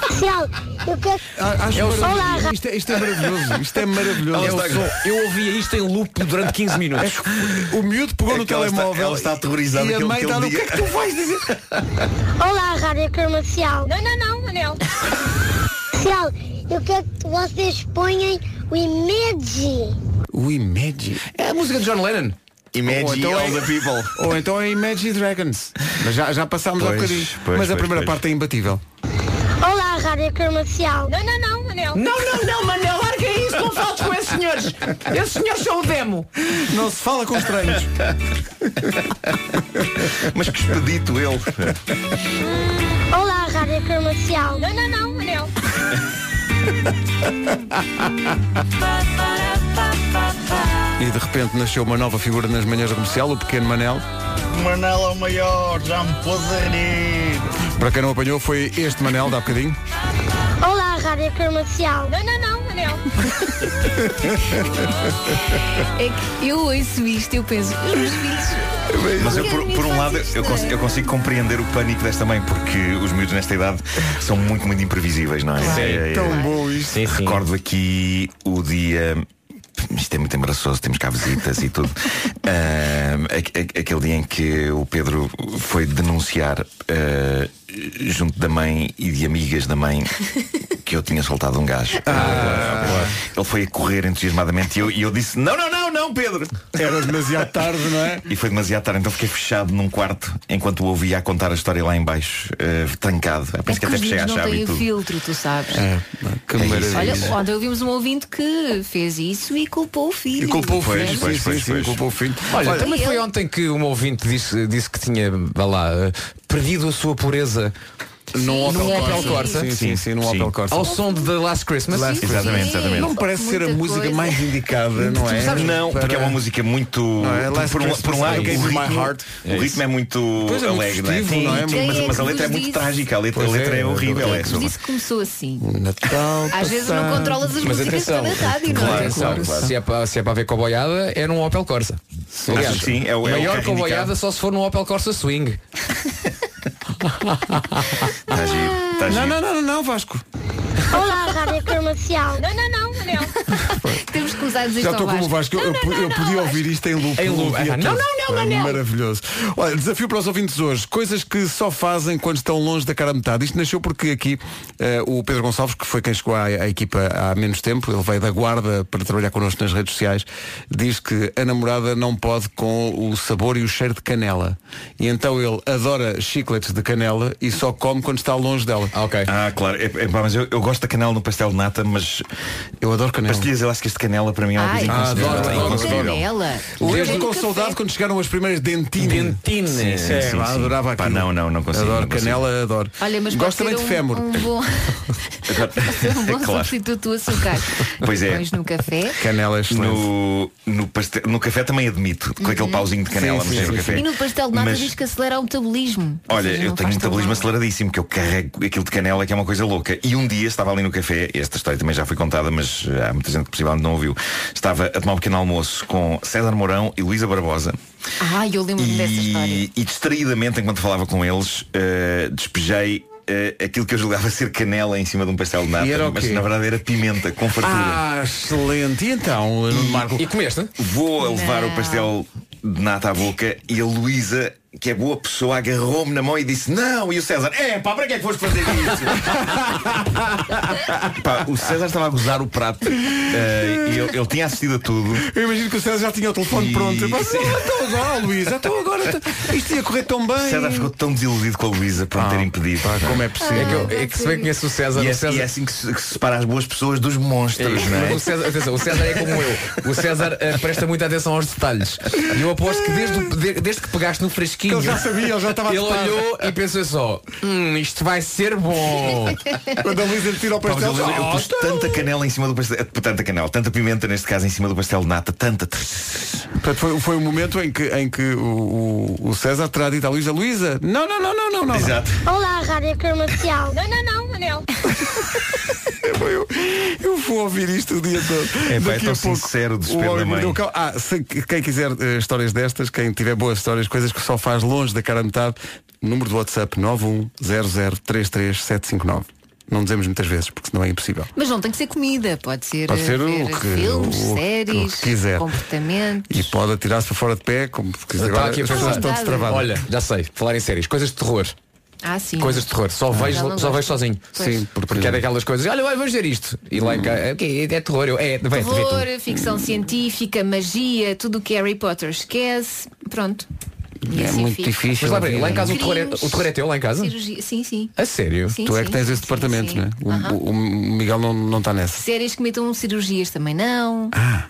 [SPEAKER 6] Comercial, eu quero...
[SPEAKER 2] A- acho maravilhoso.
[SPEAKER 6] Olá, Rádio...
[SPEAKER 2] isto, é, isto é maravilhoso. Isto é maravilhoso.
[SPEAKER 11] Ela
[SPEAKER 2] É
[SPEAKER 11] está-
[SPEAKER 2] o som.
[SPEAKER 5] Ah, Eu ouvia isto em loop durante 15 minutos.
[SPEAKER 2] o miúdo pegou
[SPEAKER 11] É
[SPEAKER 2] no
[SPEAKER 11] que ela está-
[SPEAKER 2] telemóvel.
[SPEAKER 11] ela está aterrorizada
[SPEAKER 2] E a
[SPEAKER 11] que ele-
[SPEAKER 2] mãe
[SPEAKER 11] que ele
[SPEAKER 2] está no que
[SPEAKER 11] diga."
[SPEAKER 2] é que tu vais dizer?
[SPEAKER 6] Olá, Rádio Comercial. Não, não, não, Manel. Comercial, eu quero que vocês ponham o Image.
[SPEAKER 2] O Imagine.
[SPEAKER 5] É a música de John Lennon.
[SPEAKER 11] Imagine
[SPEAKER 3] Oh,
[SPEAKER 2] Ou então
[SPEAKER 11] all
[SPEAKER 2] é-
[SPEAKER 11] the people.
[SPEAKER 2] Ou então é Imagine Dragons. Mas já, já passámos há
[SPEAKER 11] Pois,
[SPEAKER 2] bocadinho.
[SPEAKER 11] pois,
[SPEAKER 2] Mas a
[SPEAKER 11] pois,
[SPEAKER 2] primeira
[SPEAKER 11] pois.
[SPEAKER 2] parte é imbatível.
[SPEAKER 6] Olá, Rádio Comercial. Não, não, não, Manel.
[SPEAKER 16] Não, não, não, Manel, larga isso, não fales com esses senhores. Esses senhores são o demo.
[SPEAKER 2] Não se fala com estranhos.
[SPEAKER 11] Mas que expedito ele.
[SPEAKER 6] Olá, Rádio Comercial. Não, não, não, Manel.
[SPEAKER 2] E de repente nasceu uma nova figura nas manhãs da comercial, o pequeno Manel.
[SPEAKER 17] Manela é o maior, já me pôs a rir.
[SPEAKER 2] Para quem não apanhou, foi este Manel de há bocadinho.
[SPEAKER 6] Olá, Rádio Comercial. Não, não, não, Manel.
[SPEAKER 4] É que eu ouço isto e eu penso, os meus filhos...
[SPEAKER 11] Mas eu, por,
[SPEAKER 2] é
[SPEAKER 11] por um lado, eu consigo, eu consigo compreender o pânico desta mãe, porque os miúdos nesta idade são muito, muito imprevisíveis, não é?
[SPEAKER 2] Sim, tão
[SPEAKER 11] bom isto. Recordo aqui o dia. Isto é muito embaraçoso, temos cá visitas e tudo. Ahm, a- a- aquele dia em que o Pedro foi denunciar ah, junto da mãe e de amigas da mãe que eu tinha soltado um gajo. Ele foi a correr entusiasmadamente e eu, e eu disse: Não, não, não, não, Pedro!
[SPEAKER 2] Era demasiado tarde, não é?
[SPEAKER 11] E foi demasiado tarde, então fiquei fechado num quarto enquanto o ouvia a contar a história lá em baixo, eh, trancado. É por
[SPEAKER 4] É
[SPEAKER 11] isso
[SPEAKER 4] que
[SPEAKER 11] que até
[SPEAKER 4] os
[SPEAKER 11] fechei
[SPEAKER 4] miúdos
[SPEAKER 11] a
[SPEAKER 4] não
[SPEAKER 11] chave
[SPEAKER 4] têm
[SPEAKER 11] e tudo.
[SPEAKER 4] filtro, tu sabes.
[SPEAKER 2] É
[SPEAKER 11] que maravilha.
[SPEAKER 4] Olha, ontem ouvimos um ouvinte que fez isso e culpou o filho.
[SPEAKER 5] Pois,
[SPEAKER 2] filho,
[SPEAKER 5] pois,
[SPEAKER 2] sim,
[SPEAKER 5] pois,
[SPEAKER 2] sim,
[SPEAKER 5] pois.
[SPEAKER 2] sim, culpou o filho.
[SPEAKER 5] Olha,
[SPEAKER 2] Olha,
[SPEAKER 5] também foi ontem que um ouvinte disse, disse que tinha, vá lá, eh, perdido a sua pureza.
[SPEAKER 2] Num Opel
[SPEAKER 5] Num
[SPEAKER 2] Corsa. Sim, sim, sim, num Opel Corsa.
[SPEAKER 5] Ao som de The Last Christmas.
[SPEAKER 2] Last Sim, Christmas. exatamente, exatamente. Não me parece ser a Muita música coisa. mais indicada, não é? Sabes,
[SPEAKER 11] Não, porque é
[SPEAKER 2] para-
[SPEAKER 11] uma música muito.
[SPEAKER 2] Não é?
[SPEAKER 11] por,
[SPEAKER 2] Last
[SPEAKER 11] por um,
[SPEAKER 2] Christmas,
[SPEAKER 11] por um lado,
[SPEAKER 2] I
[SPEAKER 11] o
[SPEAKER 2] Gave You
[SPEAKER 11] ritmo,
[SPEAKER 2] My Heart.
[SPEAKER 11] o ritmo é muito
[SPEAKER 2] Pois é, muito
[SPEAKER 11] alegre, não é?
[SPEAKER 2] festivo,
[SPEAKER 11] Sim,
[SPEAKER 2] não é?
[SPEAKER 11] sim,
[SPEAKER 2] Quem
[SPEAKER 11] mas,
[SPEAKER 2] é
[SPEAKER 11] mas
[SPEAKER 2] que
[SPEAKER 11] a
[SPEAKER 2] vos
[SPEAKER 11] letra é muito
[SPEAKER 2] disse?
[SPEAKER 11] trágica, a letra, a
[SPEAKER 2] Pois
[SPEAKER 11] letra
[SPEAKER 2] é,
[SPEAKER 11] é, horrível.
[SPEAKER 2] quem é
[SPEAKER 11] É,
[SPEAKER 2] que vos
[SPEAKER 11] sobre-
[SPEAKER 4] Disse que começou assim.
[SPEAKER 2] Hum. Natal
[SPEAKER 4] Às vezes não passado. controlas as
[SPEAKER 5] Mas
[SPEAKER 4] músicas
[SPEAKER 5] atenção,
[SPEAKER 4] toda a rádio, não é?
[SPEAKER 5] claro,
[SPEAKER 4] Claro,
[SPEAKER 5] atenção,
[SPEAKER 4] claro.
[SPEAKER 5] Se, é para, se é para ver com a boiada, é num Opel Corsa.
[SPEAKER 11] Acho que sim, é o- é o
[SPEAKER 5] maior
[SPEAKER 11] carro
[SPEAKER 5] com a boiada
[SPEAKER 11] indicado.
[SPEAKER 5] só se for num Opel Corsa Swing.
[SPEAKER 11] Tá giro, tá
[SPEAKER 2] Não,
[SPEAKER 11] giro.
[SPEAKER 2] não, não, não, não, Vasco.
[SPEAKER 6] Olá, Rádio Comercial. Não, não, não, Manel.
[SPEAKER 4] Temos que usar
[SPEAKER 2] Já estou como o Vasco, eu, eu- eu podia ouvir isto em loop.
[SPEAKER 5] Em
[SPEAKER 2] eu
[SPEAKER 5] loop.
[SPEAKER 2] ouvia
[SPEAKER 5] Ah, não,
[SPEAKER 2] tudo.
[SPEAKER 5] não, não,
[SPEAKER 2] É
[SPEAKER 5] Manel.
[SPEAKER 2] Maravilhoso. Olha, desafio para os ouvintes hoje. Coisas que só fazem quando estão longe da cara a metade. Isto nasceu porque aqui eh, o Pedro Gonçalves, que foi quem chegou à, à equipa há menos tempo, ele veio da guarda para trabalhar connosco nas redes sociais, diz que a namorada não pode com o sabor e o cheiro de canela. E então ele adora chicletes de canela e só come quando está longe dela.
[SPEAKER 5] Ah, ok.
[SPEAKER 11] Ah, claro. É, é, pá, mas eu, eu gosto da canela no pastel de nata, mas.
[SPEAKER 2] Eu adoro canela.
[SPEAKER 11] Pastilhas elásticas de canela para mim é uma
[SPEAKER 4] Ai,
[SPEAKER 11] coisa
[SPEAKER 4] ah,
[SPEAKER 11] inconcebível.
[SPEAKER 4] adoro,
[SPEAKER 11] É
[SPEAKER 4] adoro,
[SPEAKER 11] inconcebível.
[SPEAKER 4] canela.
[SPEAKER 2] Lembro-me com saudade quando chegaram as primeiras dentinas.
[SPEAKER 5] Dentinas.
[SPEAKER 11] Sim, sim,
[SPEAKER 2] é,
[SPEAKER 11] sim,
[SPEAKER 2] lá
[SPEAKER 11] sim.
[SPEAKER 2] adorava
[SPEAKER 11] Pá,
[SPEAKER 2] aquilo.
[SPEAKER 11] não, não, não consigo,
[SPEAKER 2] Adoro
[SPEAKER 11] não consigo.
[SPEAKER 2] canela, adoro.
[SPEAKER 4] Olha, mas
[SPEAKER 2] Gosto também
[SPEAKER 4] pode ser
[SPEAKER 2] de
[SPEAKER 4] um-
[SPEAKER 2] fémur.
[SPEAKER 4] Um bom, um bom
[SPEAKER 11] É Claro.
[SPEAKER 4] substituto do açúcar.
[SPEAKER 11] Pois é.
[SPEAKER 4] Pões no café
[SPEAKER 2] Canela é excelente.
[SPEAKER 11] No, no, pastel, no café também admito, com aquele pauzinho de canela
[SPEAKER 2] Uhum.
[SPEAKER 11] é
[SPEAKER 2] Sim,
[SPEAKER 11] no
[SPEAKER 2] sim,
[SPEAKER 11] cheiro do
[SPEAKER 2] sim,
[SPEAKER 11] café.
[SPEAKER 4] e no pastel de nata
[SPEAKER 11] Mas,
[SPEAKER 4] diz que acelera o metabolismo.
[SPEAKER 11] Olha,
[SPEAKER 4] Ou seja,
[SPEAKER 11] eu
[SPEAKER 4] não
[SPEAKER 11] tenho um
[SPEAKER 4] faz tão
[SPEAKER 11] metabolismo
[SPEAKER 4] mal.
[SPEAKER 11] aceleradíssimo, que eu carrego aquilo de canela que é uma coisa louca. E um dia estava ali no café, esta história também já foi contada, mas eh, há muita gente que possivelmente não ouviu. Estava a tomar um pequeno almoço com César Mourão e Luísa Barbosa.
[SPEAKER 4] Ah, eu lembro-me dessa história.
[SPEAKER 11] E, e distraídamente, enquanto falava com eles, eh, despejei eh, aquilo que eu julgava ser canela em cima de um pastel de nata,
[SPEAKER 2] E era o
[SPEAKER 11] mas
[SPEAKER 2] quê?
[SPEAKER 11] na verdade era pimenta, com fartura.
[SPEAKER 2] Ah, excelente. E então, Nuno Marco?
[SPEAKER 5] E comeste?
[SPEAKER 11] Vou a levar o pastel de nata à boca e a Luísa que a boa pessoa agarrou-me na mão e disse não, e o César, é pá, para que é que foste fazer isso? Pá, o César estava a gozar o prato eh, e ele, ele tinha assistido a tudo.
[SPEAKER 2] Eu imagino que o César já tinha o telefone
[SPEAKER 11] E-
[SPEAKER 2] pronto. Mas,
[SPEAKER 11] Sim.
[SPEAKER 2] não, então agora, Luís, então agora. então- Isto ia correr tão
[SPEAKER 11] O
[SPEAKER 2] bem.
[SPEAKER 11] César ficou tão desiludido com a Luísa por me ter impedido.
[SPEAKER 2] como é possível? É que eu- é que se bem conheço o César,
[SPEAKER 11] E é,
[SPEAKER 2] o César-
[SPEAKER 11] e é assim que se, que se separa as boas pessoas dos monstros,
[SPEAKER 5] É,
[SPEAKER 11] não é?
[SPEAKER 5] mas o César- atenção, o César é como eu. O César eh, presta muita atenção aos detalhes. E eu aposto que desde, o- de- desde que pegaste no fresquinho.
[SPEAKER 2] Ele já sabia, ele já estava a
[SPEAKER 5] Ele
[SPEAKER 2] tocar.
[SPEAKER 5] olhou e pensou só: hum, isto vai ser bom.
[SPEAKER 2] Quando a Luísa lhe tira o
[SPEAKER 11] Pá, mas
[SPEAKER 2] pastel,
[SPEAKER 11] eu, eu
[SPEAKER 2] oh,
[SPEAKER 11] pus tanta canela em cima do pastel, tanta canela, tanta pimenta neste caso em cima do pastel de nata, tanta.
[SPEAKER 2] Portanto, foi, foi o momento em que, em que o, o- o César terá dito à Luísa, Luísa, não, não, não, não, não, não.
[SPEAKER 11] Exato.
[SPEAKER 6] Olá, Rádio Comercial. Não, não, não, Manel.
[SPEAKER 2] Eu, eu vou ouvir isto o dia todo.
[SPEAKER 11] É, pá, é
[SPEAKER 2] Daqui
[SPEAKER 11] tão
[SPEAKER 2] a pouco,
[SPEAKER 11] sincero o
[SPEAKER 2] o
[SPEAKER 11] desespero da
[SPEAKER 2] homem
[SPEAKER 11] mãe.
[SPEAKER 2] mordeu o cão. Ah, se- quem quiser eh, histórias destas, quem tiver boas histórias, coisas que só faz longe da cara a metade, número do WhatsApp 910033759. Não dizemos muitas vezes, porque senão é impossível.
[SPEAKER 4] Mas não tem que ser comida, pode ser,
[SPEAKER 2] Pode ser
[SPEAKER 4] eh,
[SPEAKER 2] o
[SPEAKER 4] ver
[SPEAKER 2] que-
[SPEAKER 4] filmes,
[SPEAKER 2] o- o que
[SPEAKER 4] séries,
[SPEAKER 2] quiser.
[SPEAKER 4] comportamento.
[SPEAKER 2] E pode atirar-se para fora de pé, como porque
[SPEAKER 5] Está
[SPEAKER 2] agora as
[SPEAKER 5] Tá aqui a
[SPEAKER 2] pessoas
[SPEAKER 5] pensar.
[SPEAKER 2] estão destravadas.
[SPEAKER 5] Olha, já sei, falar em séries, coisas de terror.
[SPEAKER 4] Ah, sim.
[SPEAKER 5] Coisas de terror, só
[SPEAKER 4] Já não
[SPEAKER 5] vejo, só
[SPEAKER 4] gosto.
[SPEAKER 5] vejo sozinho.
[SPEAKER 4] Pois. Sim,
[SPEAKER 5] porque, é daquelas coisas, olha, olha, vamos ver isto. E lá em casa, é, ok, é terror, eu, é, vem, vê tu.
[SPEAKER 4] Terror, ficção científica, magia, tudo o que é Harry Potter esquece. Pronto. E
[SPEAKER 5] É
[SPEAKER 4] assim
[SPEAKER 5] muito
[SPEAKER 4] fica.
[SPEAKER 5] difícil Mas lá, a peraí, vida. lá em casa o terror é- o terror é teu, lá em casa?
[SPEAKER 4] Cirurgia- Sim, sim.
[SPEAKER 5] A sério?
[SPEAKER 4] Sim,
[SPEAKER 2] tu é
[SPEAKER 4] sim,
[SPEAKER 2] que tens esse departamento,
[SPEAKER 4] sim.
[SPEAKER 2] né? O,
[SPEAKER 4] Aham.
[SPEAKER 2] o- o Miguel não, não está nessa.
[SPEAKER 4] Séries que metam cirurgias também não.
[SPEAKER 2] Ah,
[SPEAKER 11] Ah!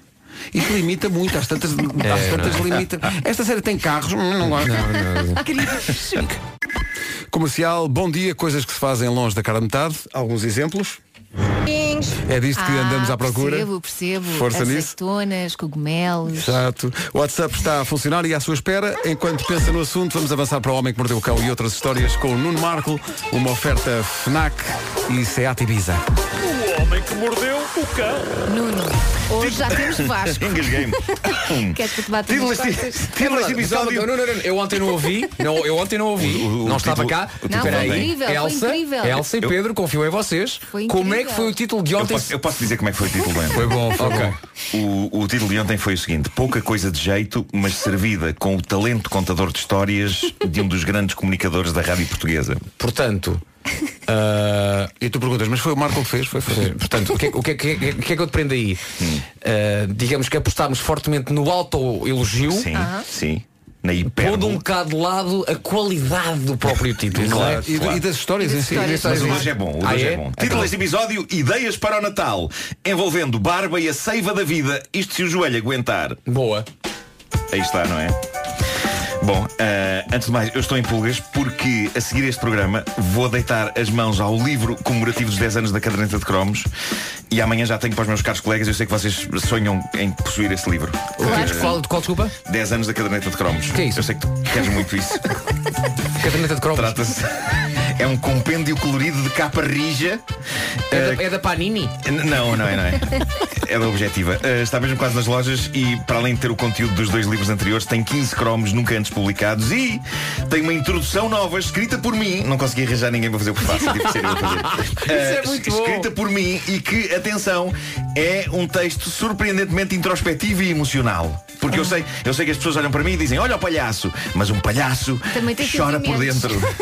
[SPEAKER 2] Isto limita muito, às tantas,
[SPEAKER 11] É,
[SPEAKER 2] às tantas
[SPEAKER 5] não.
[SPEAKER 2] limita. Esta série tem carros, hum, não gosto. Comercial, bom dia, coisas que se fazem longe da cara a metade, alguns exemplos. É disto que
[SPEAKER 4] Ah,
[SPEAKER 2] andamos à procura.
[SPEAKER 4] Percebo, percebo.
[SPEAKER 2] Força nisso.
[SPEAKER 4] Azeitonas, cogumelos.
[SPEAKER 2] Exato. O WhatsApp está a funcionar e à sua espera. Enquanto pensa no assunto, vamos avançar para o Homem que Mordeu o Cão e outras histórias com o Nuno Marco, uma oferta FNAC e Seat Ibiza.
[SPEAKER 18] O homem que mordeu o cão.
[SPEAKER 4] Nuno, hoje já temos Vasco.
[SPEAKER 11] Engasguei-me.
[SPEAKER 4] Queres que eu te bata
[SPEAKER 11] Título
[SPEAKER 4] nas
[SPEAKER 11] deste-
[SPEAKER 4] costas?
[SPEAKER 11] título
[SPEAKER 2] É
[SPEAKER 5] Não,
[SPEAKER 11] deste episódio.
[SPEAKER 2] Então,
[SPEAKER 5] Não, não, não, não, eu ontem não ouvi, não, eu ontem não ouvi,
[SPEAKER 11] o
[SPEAKER 5] não estava
[SPEAKER 11] título-
[SPEAKER 5] cá.
[SPEAKER 11] o título
[SPEAKER 5] Espera
[SPEAKER 11] foi
[SPEAKER 5] aí.
[SPEAKER 11] incrível,
[SPEAKER 4] foi
[SPEAKER 5] Elsa,
[SPEAKER 4] incrível.
[SPEAKER 5] Elsa e
[SPEAKER 11] Eu-
[SPEAKER 5] Pedro, confio em vocês.
[SPEAKER 4] Foi
[SPEAKER 5] Como é que
[SPEAKER 4] incrível.
[SPEAKER 5] foi o título de
[SPEAKER 11] Eu
[SPEAKER 5] ontem?
[SPEAKER 11] posso, eu posso dizer como é que foi o título bem.
[SPEAKER 5] Foi bom, foi bom.
[SPEAKER 11] O, o título de ontem foi o seguinte: Pouca coisa de jeito, mas servida com o talento contador de histórias de um dos grandes comunicadores da rádio portuguesa.
[SPEAKER 5] Portanto. ah,
[SPEAKER 2] E tu perguntas, mas foi o Marco que fez? Foi, foi.
[SPEAKER 5] Portanto, o que, é- o que é- o que é- o que é que eu dependo aí?
[SPEAKER 11] Hum.
[SPEAKER 5] Ah, digamos que apostámos fortemente no autoelogio.
[SPEAKER 11] Sim, sim. Na
[SPEAKER 5] Pondo um
[SPEAKER 11] hipérbole.
[SPEAKER 5] bocado de lado a qualidade do próprio título. não é?
[SPEAKER 11] Claro, claro. Mas o hoje é bom, o
[SPEAKER 5] Ah,
[SPEAKER 11] hoje
[SPEAKER 5] é?
[SPEAKER 11] é? bom. Título deste episódio, Ideias para o Natal, envolvendo barba e a seiva da vida, isto se o joelho aguentar.
[SPEAKER 5] Boa.
[SPEAKER 11] Aí está, não é? Bom, eh, antes de mais, eu estou em pulgas porque a seguir este programa vou deitar as mãos ao livro comemorativo dos 10 anos da caderneta de cromos e amanhã já tenho para os meus caros colegas, eu sei que vocês sonham em possuir esse livro.
[SPEAKER 5] Claro que
[SPEAKER 11] Eh,
[SPEAKER 5] sim. Qual, qual, desculpa?
[SPEAKER 11] 10 anos da caderneta de cromos.
[SPEAKER 5] Que é isso?
[SPEAKER 11] Eu sei que tu queres muito isso.
[SPEAKER 5] caderneta de cromos.
[SPEAKER 11] Trata-se. É um compêndio colorido de capa rija.
[SPEAKER 5] É,
[SPEAKER 11] eh,
[SPEAKER 5] da, é da Panini?
[SPEAKER 11] N- Não, não é, não é. É da objetiva. Eh, está mesmo quase nas lojas e, para além de ter o conteúdo dos dois livros anteriores, tem 15 cromos nunca antes publicados e tem uma introdução nova escrita por mim. Não consegui arranjar ninguém para fazer o prefácio. tive que ser eu a fazer.
[SPEAKER 5] é
[SPEAKER 11] Eh,
[SPEAKER 5] muito
[SPEAKER 11] es-
[SPEAKER 5] bom.
[SPEAKER 11] Escrita por mim e que, atenção, é um texto surpreendentemente introspectivo e emocional. Porque eu sei, eu sei que as pessoas olham para mim e dizem, olha o palhaço, mas um palhaço
[SPEAKER 4] Também tem
[SPEAKER 11] chora por
[SPEAKER 4] sentimentos.
[SPEAKER 11] dentro.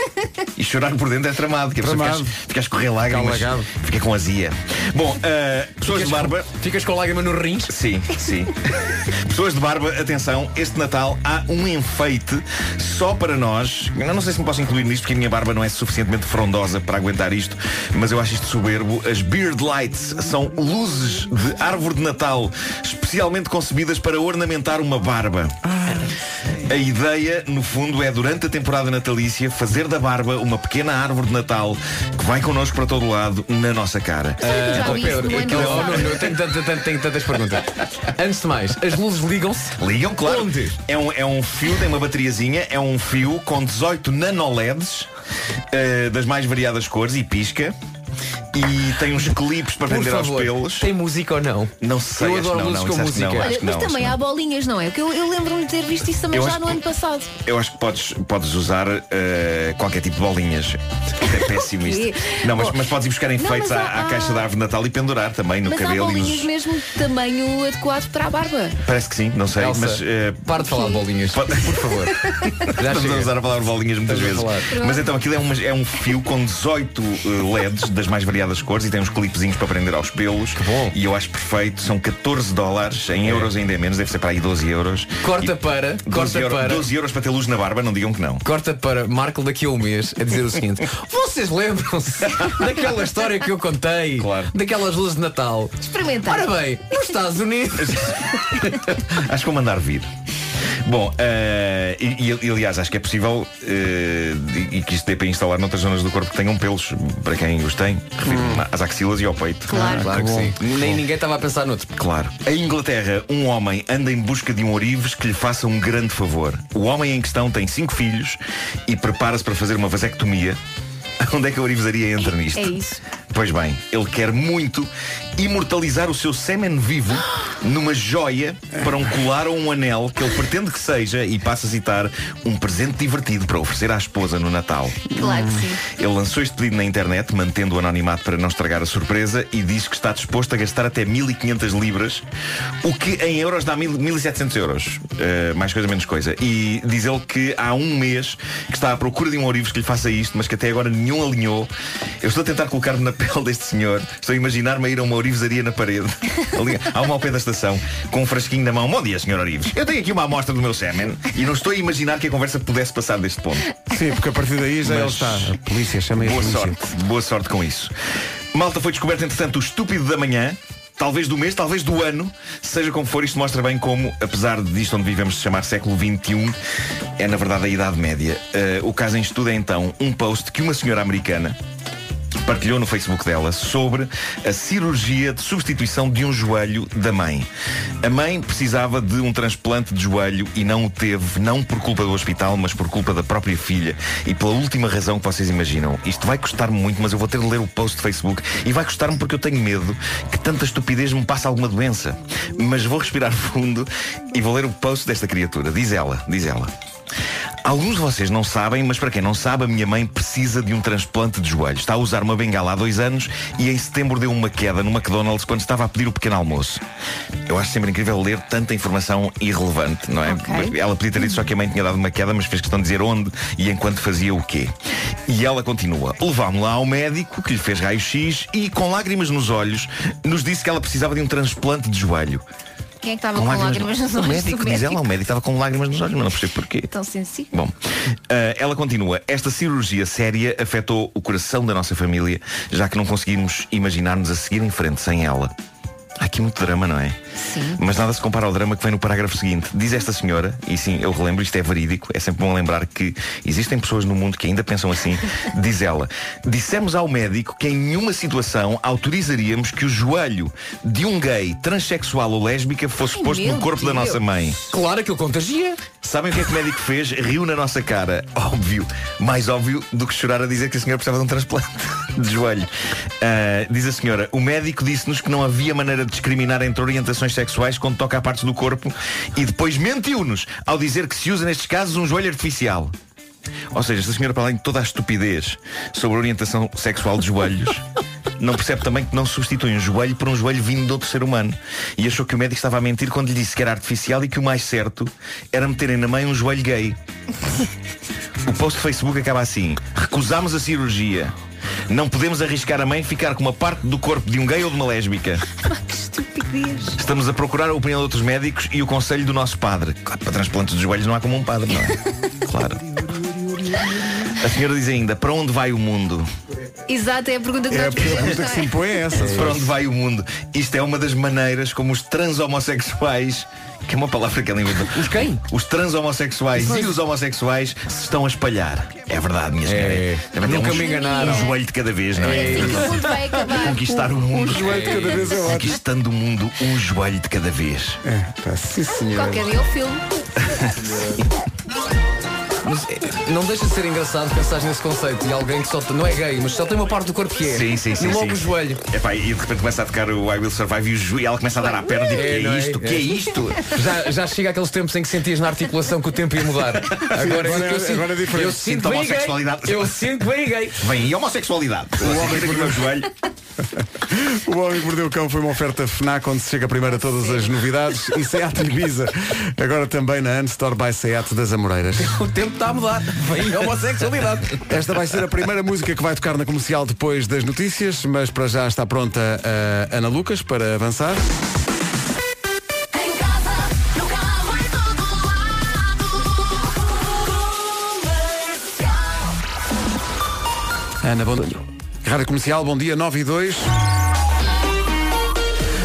[SPEAKER 11] E chorar por dentro é tramado, que a pessoa
[SPEAKER 2] Tramado.
[SPEAKER 11] fica, fica a escorrer lágrimas,
[SPEAKER 2] alagado.
[SPEAKER 11] fica com azia. Bom, eh, pessoas de barba.
[SPEAKER 5] ficas com lágrima no rins?
[SPEAKER 11] Sim, sim. pessoas de barba, atenção, este Natal há um enfeite só para nós. Eu não sei se me posso incluir nisto, porque a minha barba não é suficientemente frondosa para aguentar isto, mas eu acho isto soberbo. As Beard Lights são luzes de árvore de Natal, especialmente concebidas para ornamentar uma barba. A ideia, no fundo, é durante a temporada natalícia fazer da barba uma pequena árvore de Natal que vai connosco para todo lado na nossa cara.
[SPEAKER 5] Ah,
[SPEAKER 11] Ah,
[SPEAKER 5] oh, Pedro,
[SPEAKER 11] é que
[SPEAKER 5] aquilo-
[SPEAKER 11] eu-
[SPEAKER 5] oh, Nuno, eu tenho, tanto- tanto- tenho tantas perguntas. Antes de mais, as luzes ligam-se.
[SPEAKER 11] Ligam, claro.
[SPEAKER 5] Onde?
[SPEAKER 11] É um, é um fio, tem uma bateriazinha, é um fio com 18 nanoleds eh, das mais variadas cores e pisca. e tem uns clipes para
[SPEAKER 5] Por
[SPEAKER 11] vender aos
[SPEAKER 5] favor,
[SPEAKER 11] pelos.
[SPEAKER 5] Tem música ou não?
[SPEAKER 11] Não sei,
[SPEAKER 5] Eu
[SPEAKER 11] acho
[SPEAKER 5] adoro
[SPEAKER 11] que não,
[SPEAKER 5] luzes
[SPEAKER 11] não,
[SPEAKER 5] com
[SPEAKER 11] isso acho que
[SPEAKER 5] música.
[SPEAKER 11] não, acho
[SPEAKER 4] Olha,
[SPEAKER 11] que
[SPEAKER 4] mas
[SPEAKER 11] não, acho
[SPEAKER 4] também há bolinhas, não é? Que eu, eu lembro-me de ter visto isso também
[SPEAKER 11] Eu
[SPEAKER 4] já
[SPEAKER 11] acho
[SPEAKER 4] no ano passado.
[SPEAKER 11] Eu acho que podes, podes usar eh, qualquer tipo de bolinhas. É péssimo isto.
[SPEAKER 4] Quê?
[SPEAKER 11] Não, mas,
[SPEAKER 4] Bom,
[SPEAKER 11] mas podes ir buscar enfeites
[SPEAKER 4] mas
[SPEAKER 11] à,
[SPEAKER 4] há-
[SPEAKER 11] à
[SPEAKER 4] há-
[SPEAKER 11] caixa da árvore de Natal e pendurar também no
[SPEAKER 4] Mas há
[SPEAKER 11] cabelo e
[SPEAKER 4] bolinhas
[SPEAKER 11] nos.
[SPEAKER 4] mesmo de tamanho adequado para a barba.
[SPEAKER 11] Parece que sim, não sei,
[SPEAKER 5] Elsa,
[SPEAKER 11] mas. eh,
[SPEAKER 5] Para de falar de bolinhas.
[SPEAKER 11] Por favor. Estamos a usar a palavra bolinhas muitas vezes. Mas então aquilo é, um- é um fio com 18 eh, LEDs das mais variadas cores e tem uns clipezinhos para prender aos pelos. Que bom. E eu acho perfeito. São 14 dólares, em euros ainda é menos, deve ser para aí 12 euros.
[SPEAKER 5] Corta para,
[SPEAKER 11] 12
[SPEAKER 5] corta
[SPEAKER 11] euro-
[SPEAKER 5] para.
[SPEAKER 11] 12 euros para ter luz na barba, não digam que não.
[SPEAKER 5] Corta para Marco daqui a um mês a dizer o seguinte: Vocês lembram-se daquela história que eu contei? Daquelas luzes de Natal?
[SPEAKER 4] Experimenta.
[SPEAKER 5] Ora bem, nos Estados Unidos.
[SPEAKER 11] acho que vou mandar vir. Bom, eh, e, e, aliás, acho que é possível eh, e, e que isto dê para instalar noutras zonas do corpo que tenham pelos, para quem os tem, refiro-me às axilas e ao peito.
[SPEAKER 5] Hum.
[SPEAKER 11] Ah,
[SPEAKER 5] Claro. Claro que sim.
[SPEAKER 11] Nem
[SPEAKER 5] ninguém estava a pensar noutro.
[SPEAKER 11] Claro. Em Inglaterra, um homem anda em busca de um ourives que lhe faça um grande favor. O homem em questão tem cinco filhos e prepara-se para fazer uma vasectomia. Onde é que a ourivesaria entra nisto?
[SPEAKER 4] É isso.
[SPEAKER 11] Pois bem, ele quer muito imortalizar o seu sêmen vivo numa joia para um colar ou um anel que ele pretende que seja, e passa a citar, um presente divertido para oferecer à esposa no Natal.
[SPEAKER 4] Claro que sim.
[SPEAKER 11] Ele lançou este pedido na internet, mantendo o anonimato para não estragar a surpresa, e diz que está disposto a gastar até 1500 libras, o que em euros dá 1000 1700 euros. Eh, mais coisa, menos coisa. E diz ele que há um mês que está à procura de um ourives que lhe faça isto, mas que até agora nenhum alinhou. Eu estou a tentar colocar-me na pele deste senhor, estou a imaginar-me a ir a uma ourivesaria na parede. Ali, há uma ao pé da estação, com um frasquinho na mão. Bom dia, senhor Ourives. Eu tenho aqui uma amostra do meu sêmen e não estou a imaginar que a conversa pudesse passar deste ponto.
[SPEAKER 2] Sim, porque a partir daí já
[SPEAKER 11] Mas-
[SPEAKER 2] ele está. A polícia chama
[SPEAKER 11] Boa
[SPEAKER 2] polícia.
[SPEAKER 11] sorte, boa sorte com isso. Malta foi descoberto, entretanto, o estúpido da manhã. Talvez do mês, talvez do ano, seja como for, isto mostra bem como, apesar disto onde vivemos se chamar século XXI, é na verdade a Idade Média. Eh, o caso em estudo é então um post que uma senhora americana partilhou no Facebook dela sobre a cirurgia de substituição de um joelho da mãe. A mãe precisava de um transplante de joelho e não o teve, não por culpa do hospital, mas por culpa da própria filha e pela última razão que vocês imaginam. Isto vai custar-me muito, mas eu vou ter de ler o post do Facebook e vai custar-me porque eu tenho medo que tanta estupidez me passe alguma doença. Mas vou respirar fundo e vou ler o post desta criatura. Diz ela, diz ela. Alguns de vocês não sabem, mas para quem não sabe, a minha mãe precisa de um transplante de joelho. Está a usar uma bengala há dois anos e em setembro deu uma queda no McDonald's quando estava a pedir o pequeno almoço. Eu acho sempre incrível ler tanta informação irrelevante, não é? Mas Ela podia ter dito só que a mãe tinha dado uma queda, mas fez questão de dizer onde e enquanto fazia o quê. E ela continua. Levámo-la ao médico que lhe fez raio-x e, com lágrimas nos olhos, nos disse que ela precisava de um transplante de joelho.
[SPEAKER 4] Quem é que estava com lágrimas nos olhos?
[SPEAKER 11] O médico,
[SPEAKER 4] do
[SPEAKER 11] diz ela,
[SPEAKER 4] médico?
[SPEAKER 11] o médico estava com lágrimas nos olhos, mas não percebo porquê.
[SPEAKER 4] Tão sensível.
[SPEAKER 11] Bom, eh, ela continua. Esta cirurgia séria afetou o coração da nossa família, já que não conseguimos imaginar-nos a seguir em frente sem ela. Há aqui muito drama, não é? Sim. Mas nada se compara ao drama que vem no parágrafo seguinte. Diz esta senhora, e sim, eu relembro, isto é verídico, é sempre bom lembrar que existem pessoas no mundo que ainda pensam assim. Diz ela, dissemos ao médico que em nenhuma situação autorizaríamos que o joelho de um gay, transexual ou lésbica fosse
[SPEAKER 5] Ai,
[SPEAKER 11] posto
[SPEAKER 5] meu
[SPEAKER 11] no corpo da
[SPEAKER 5] Deus.
[SPEAKER 11] nossa mãe.
[SPEAKER 5] Claro que ele contagia.
[SPEAKER 11] Sabem o que é que o médico fez? Riu na nossa cara. Óbvio. Mais óbvio do que chorar a dizer que a senhora precisava de um transplante de joelho. Ah, diz a senhora, o médico disse-nos que não havia maneira de discriminar entre orientações sexuais quando toca a partes do corpo e depois mentiu-nos ao dizer que se usa nestes casos um joelho artificial. Ou seja, esta senhora, para além de toda a estupidez sobre a orientação sexual de joelhos, não percebe também que não substitui um joelho por um joelho vindo de outro ser humano. E achou que o médico estava a mentir quando lhe disse que era artificial e que o mais certo era meterem na mãe um joelho gay. O post do Facebook acaba assim. Recusamos a cirurgia. Não podemos arriscar a mãe ficar com uma parte do corpo de um gay ou de uma lésbica.
[SPEAKER 4] Ah, Que estupidez.
[SPEAKER 11] Estamos a procurar a opinião de outros médicos e o conselho do nosso padre. Claro, para transplantes de joelhos não há como um padre, não é? Claro. A senhora diz ainda, para onde vai o mundo?
[SPEAKER 4] Exato, é a pergunta que nós fizemos, não é?
[SPEAKER 11] impõe é essa. Para onde vai o mundo? Isto é uma das maneiras como os trans-homossexuais que é uma palavra que ela inventou. Os quem? Os trans-homossexuais e os homossexuais se estão a espalhar. É verdade, minha senhora. Também tem
[SPEAKER 5] Nunca
[SPEAKER 11] uns-
[SPEAKER 5] me enganaram.
[SPEAKER 11] Um joelho de cada vez, não
[SPEAKER 5] É
[SPEAKER 11] é?
[SPEAKER 5] assim que
[SPEAKER 4] O mundo vai acabar.
[SPEAKER 11] Conquistar o mundo.
[SPEAKER 2] Um joelho de cada vez é ótimo.
[SPEAKER 11] Conquistando o mundo um joelho de cada vez.
[SPEAKER 2] É, pá, sim tá, senhor.
[SPEAKER 4] Qualquer dia eu filme.
[SPEAKER 11] Mas
[SPEAKER 19] Mas eh, não deixa de ser engraçado pensar nesse conceito de alguém que só tem- não é gay, mas só tem uma parte do corpo que é.
[SPEAKER 11] Sim, sim, sim.
[SPEAKER 19] E logo
[SPEAKER 11] sim.
[SPEAKER 19] o joelho.
[SPEAKER 11] Epá, e de repente começa a tocar o I Will Survive e, o joelho, ela começa a dar à perna e diz, que
[SPEAKER 19] não
[SPEAKER 11] é isto? que é isto?
[SPEAKER 19] Já, já chega àqueles tempos em que sentias na articulação que o tempo ia mudar. Agora,
[SPEAKER 11] agora-
[SPEAKER 19] eu, sinto-
[SPEAKER 11] agora é diferente.
[SPEAKER 19] Eu
[SPEAKER 11] Sinto
[SPEAKER 19] sinto bem gay.
[SPEAKER 11] homossexualidade.
[SPEAKER 19] Eu sinto bem gay.
[SPEAKER 11] Vem aí a homossexualidade. O homem que meu joelho.
[SPEAKER 2] O Homem que Mordeu o Cão foi uma oferta FNAC onde se chega primeiro a todas as novidades e Seat Ibiza. Agora também na Unstore by Seat das Amoreiras.
[SPEAKER 19] O tempo está a mudar. Vem a homossexualidade.
[SPEAKER 2] Esta vai ser a primeira música que vai tocar na comercial depois das notícias, mas para já está pronta a Ana Lucas para avançar. Ana, bom dia. Rádio Comercial, bom dia, 9 e 2.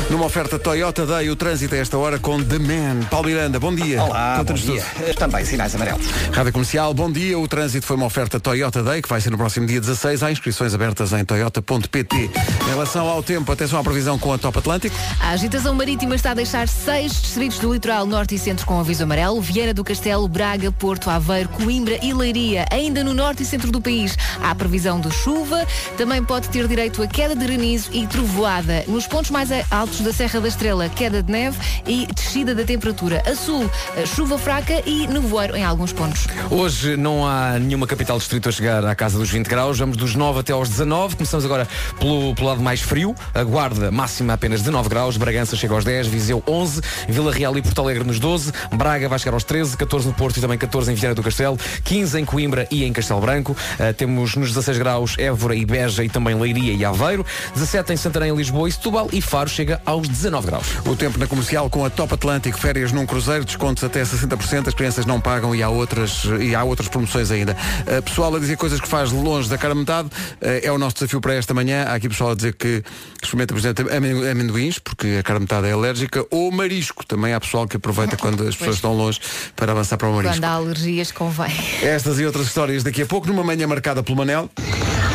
[SPEAKER 2] Numa oferta Toyota Day, o trânsito a esta hora com The Man. Paulo Miranda, bom dia.
[SPEAKER 11] Ah,
[SPEAKER 3] Olá, bom
[SPEAKER 2] Conta-nos
[SPEAKER 3] dia.
[SPEAKER 2] tudo.
[SPEAKER 3] Também sinais amarelos.
[SPEAKER 2] Rádio Comercial, bom dia. O trânsito foi uma oferta Toyota Day, que vai ser no próximo dia 16. Há inscrições abertas em toyota.pt. Em relação ao tempo, atenção à previsão com a Top Atlântico.
[SPEAKER 4] A agitação marítima está a deixar seis distritos do litoral norte e centro com aviso amarelo. Vieira do Castelo, Braga, Porto, Aveiro, Coimbra e Leiria. Ainda no norte e centro do país há previsão de chuva. Também pode ter direito a queda de granizo e trovoada. Nos pontos mais a- altos da Serra da Estrela, queda de neve e descida da temperatura. A sul, eh, chuva fraca e nevoeiro em alguns pontos.
[SPEAKER 5] Hoje não há nenhuma capital distrito a chegar à casa dos 20 graus. Vamos dos 9 até aos 19. Começamos agora pelo, pelo lado mais frio. A Guarda máxima apenas de 9 graus. Bragança chega aos 10. Viseu 11. Vila Real e Porto Alegre nos 12. Braga vai chegar aos 13. 14 no Porto e também 14 em Viana do Castelo. 15 em Coimbra e em Castelo Branco. Ah, temos nos 16 graus Évora e Beja e também Leiria e Aveiro. 17 em Santarém, Lisboa e Setúbal. E Faro chega aos 19 graus.
[SPEAKER 2] O tempo na comercial com a Top Atlântico, férias num cruzeiro, descontos até 60%, as crianças não pagam e há outras, e há outras promoções ainda. Uh, pessoal a dizer coisas que faz longe da cara metade, é o nosso desafio para esta manhã. Há aqui pessoal a dizer que experimenta, por exemplo, amen- amendoins, porque a cara metade é alérgica, ou marisco. Também há pessoal que aproveita quando as pessoas estão longe para avançar para o marisco.
[SPEAKER 4] Quando há alergias, convém.
[SPEAKER 2] Estas e outras histórias daqui a pouco, numa manhã marcada pelo Manel.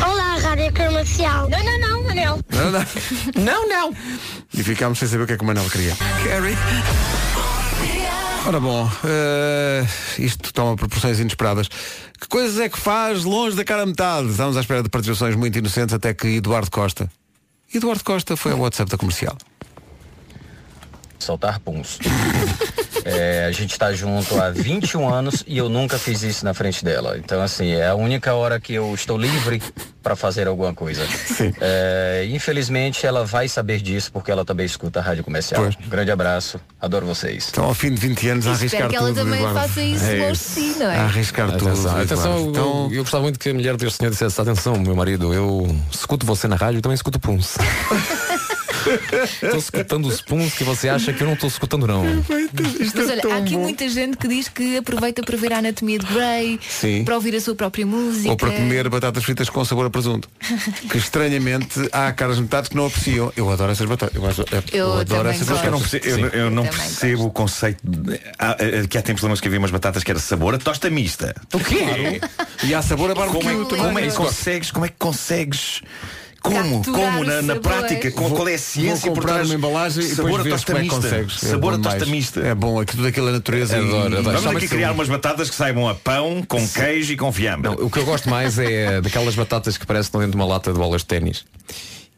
[SPEAKER 6] Olá, Rádio Comercial. Não, não, não, Manel.
[SPEAKER 2] Não, não.
[SPEAKER 6] Não, não.
[SPEAKER 2] E ficámos sem saber o que é que o Manel queria. Ora bom, eh, isto toma proporções inesperadas. Que coisas é que faz longe da cara a metade? Estamos à espera de participações muito inocentes até que Eduardo Costa. Eduardo Costa foi ao WhatsApp da comercial.
[SPEAKER 20] Soltar punhos. É, a gente está junto há 21 anos e eu nunca fiz isso na frente dela. Então, assim, é a única hora que eu estou livre para fazer alguma coisa. É, infelizmente, ela vai saber disso porque ela também escuta a rádio comercial. Grande abraço, adoro vocês.
[SPEAKER 2] Então, ao fim de 20 anos, a
[SPEAKER 4] Espero
[SPEAKER 2] arriscar
[SPEAKER 4] que ela
[SPEAKER 2] tudo.
[SPEAKER 4] também
[SPEAKER 2] Eduardo.
[SPEAKER 4] faça isso
[SPEAKER 2] É
[SPEAKER 4] longe de
[SPEAKER 2] isso.
[SPEAKER 4] si, não é?
[SPEAKER 2] A arriscar tudo.
[SPEAKER 5] Atenção,
[SPEAKER 2] Eduardo.
[SPEAKER 5] atenção eu-
[SPEAKER 2] Então,
[SPEAKER 5] eu, gostava muito que a mulher deste senhor dissesse atenção, meu marido, eu escuto você na rádio e também escuto Punce. Estou escutando os Punce que você acha que eu não estou escutando não.
[SPEAKER 4] Mas olha, há aqui muita gente que diz que aproveita para ver a anatomia de Grey,
[SPEAKER 2] Sim.
[SPEAKER 4] para ouvir a sua própria música.
[SPEAKER 2] Ou para comer batatas fritas com sabor a presunto. Que estranhamente há caras metades que não apreciam. Eu adoro essas batatas. Eu, acho- eu
[SPEAKER 4] Eu
[SPEAKER 2] adoro
[SPEAKER 4] também
[SPEAKER 2] essas batatas.
[SPEAKER 4] gosto.
[SPEAKER 11] Eu não percebo, eu, eu não
[SPEAKER 4] Também
[SPEAKER 11] percebo o conceito de- há- eh, que há tempos lembro que havia umas batatas que era sabor a tosta mista.
[SPEAKER 2] O quê? E há sabor a barbecue
[SPEAKER 11] como é,
[SPEAKER 2] também.
[SPEAKER 11] Como é que
[SPEAKER 2] Lembro.
[SPEAKER 11] consegues? Como é que consegues? Como?
[SPEAKER 2] Capturar
[SPEAKER 11] Como
[SPEAKER 2] o
[SPEAKER 11] na, na
[SPEAKER 2] sabor.
[SPEAKER 11] prática? Com,
[SPEAKER 2] Vou-
[SPEAKER 11] qual é a ciência
[SPEAKER 2] vou
[SPEAKER 11] por
[SPEAKER 2] comprar
[SPEAKER 11] trás?
[SPEAKER 2] uma embalagem e
[SPEAKER 11] sabor
[SPEAKER 2] depois
[SPEAKER 11] a
[SPEAKER 2] vês
[SPEAKER 11] tosta
[SPEAKER 2] como é que
[SPEAKER 11] mista.
[SPEAKER 2] consegues. É
[SPEAKER 11] Sabor
[SPEAKER 2] bom
[SPEAKER 11] a tosta
[SPEAKER 2] demais.
[SPEAKER 11] mista. Hum.
[SPEAKER 2] É bom, aqui tudo aquilo é natureza. e-
[SPEAKER 5] Adoro, adoro.
[SPEAKER 11] Vamos
[SPEAKER 5] Chama-se
[SPEAKER 11] aqui criar
[SPEAKER 5] um-
[SPEAKER 11] umas batatas que saibam a pão, com queijo e com fiambre.
[SPEAKER 5] O que eu gosto mais é daquelas batatas que parecem dentro de uma lata de bolas de ténis.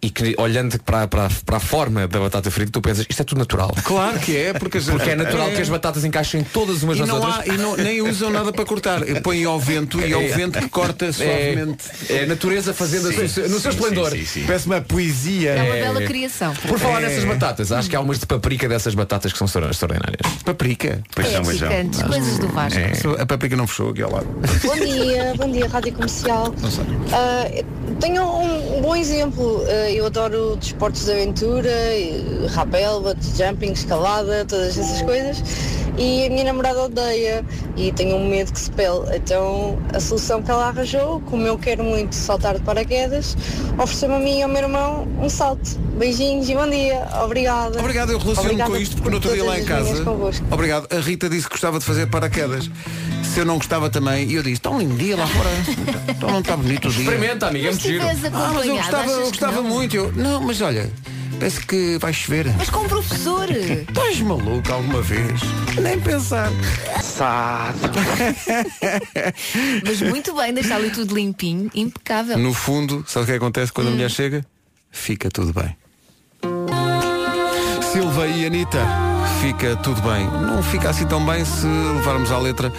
[SPEAKER 5] E que olhando para, para, para a forma da batata frita, tu pensas, isto é tudo natural.
[SPEAKER 2] Claro que é, porque, as-
[SPEAKER 5] Porque é natural que as batatas encaixem todas umas
[SPEAKER 2] e
[SPEAKER 5] nas
[SPEAKER 2] não
[SPEAKER 5] outras.
[SPEAKER 2] há- e não- nem usam nada para cortar. Põem ao vento e ao
[SPEAKER 5] É.
[SPEAKER 2] vento que corta
[SPEAKER 5] É.
[SPEAKER 2] suavemente.
[SPEAKER 5] É a natureza fazendo a sua- no seu esplendor.
[SPEAKER 2] Parece uma poesia.
[SPEAKER 4] É uma bela criação.
[SPEAKER 5] Por falar
[SPEAKER 4] É.
[SPEAKER 5] nessas batatas, acho que há umas de paprika dessas batatas que são extraordinárias.
[SPEAKER 2] Paprika?
[SPEAKER 5] Pois
[SPEAKER 4] É,
[SPEAKER 5] não, pois não.
[SPEAKER 4] picantes, coisas do Vasco.
[SPEAKER 2] A paprika não fechou aqui ao lado.
[SPEAKER 21] Bom dia, bom dia Rádio Comercial. Ah, tenho um bom exemplo. Ah, eu adoro desportos de aventura, eh, rapel, bungee jumping, escalada, todas essas coisas. E a minha namorada odeia e tenho um medo que se pele. Então a solução que ela arranjou, como eu quero muito saltar de paraquedas, ofereceu-me a mim e ao meu irmão um salto. Beijinhos e bom dia. Obrigada.
[SPEAKER 2] Obrigado, eu relaciono-me
[SPEAKER 21] Obrigada
[SPEAKER 2] com isto porque no outro
[SPEAKER 21] por
[SPEAKER 2] dia lá
[SPEAKER 21] todas
[SPEAKER 2] em
[SPEAKER 21] as
[SPEAKER 2] casa.
[SPEAKER 21] manhãs convosco.
[SPEAKER 2] Obrigado. A Rita disse que gostava de fazer paraquedas. Se eu não gostava também, e eu disse, tão lindo dia lá fora. Então não está bonito o dia.
[SPEAKER 5] Experimenta, amiga, é muito
[SPEAKER 2] Ah, mas eu gostava, eu gostava muito. Eu, não, mas olha, Parece que vai chover.
[SPEAKER 4] Mas com um professor.
[SPEAKER 2] Estás maluco alguma vez? Nem pensar.
[SPEAKER 14] Sado.
[SPEAKER 4] Mas muito bem, deixar ali tudo limpinho, impecável.
[SPEAKER 2] No fundo, sabe o que acontece quando a mulher chega? Fica tudo bem. Silva e Anitta, fica tudo bem. Não fica assim tão bem se levarmos à letra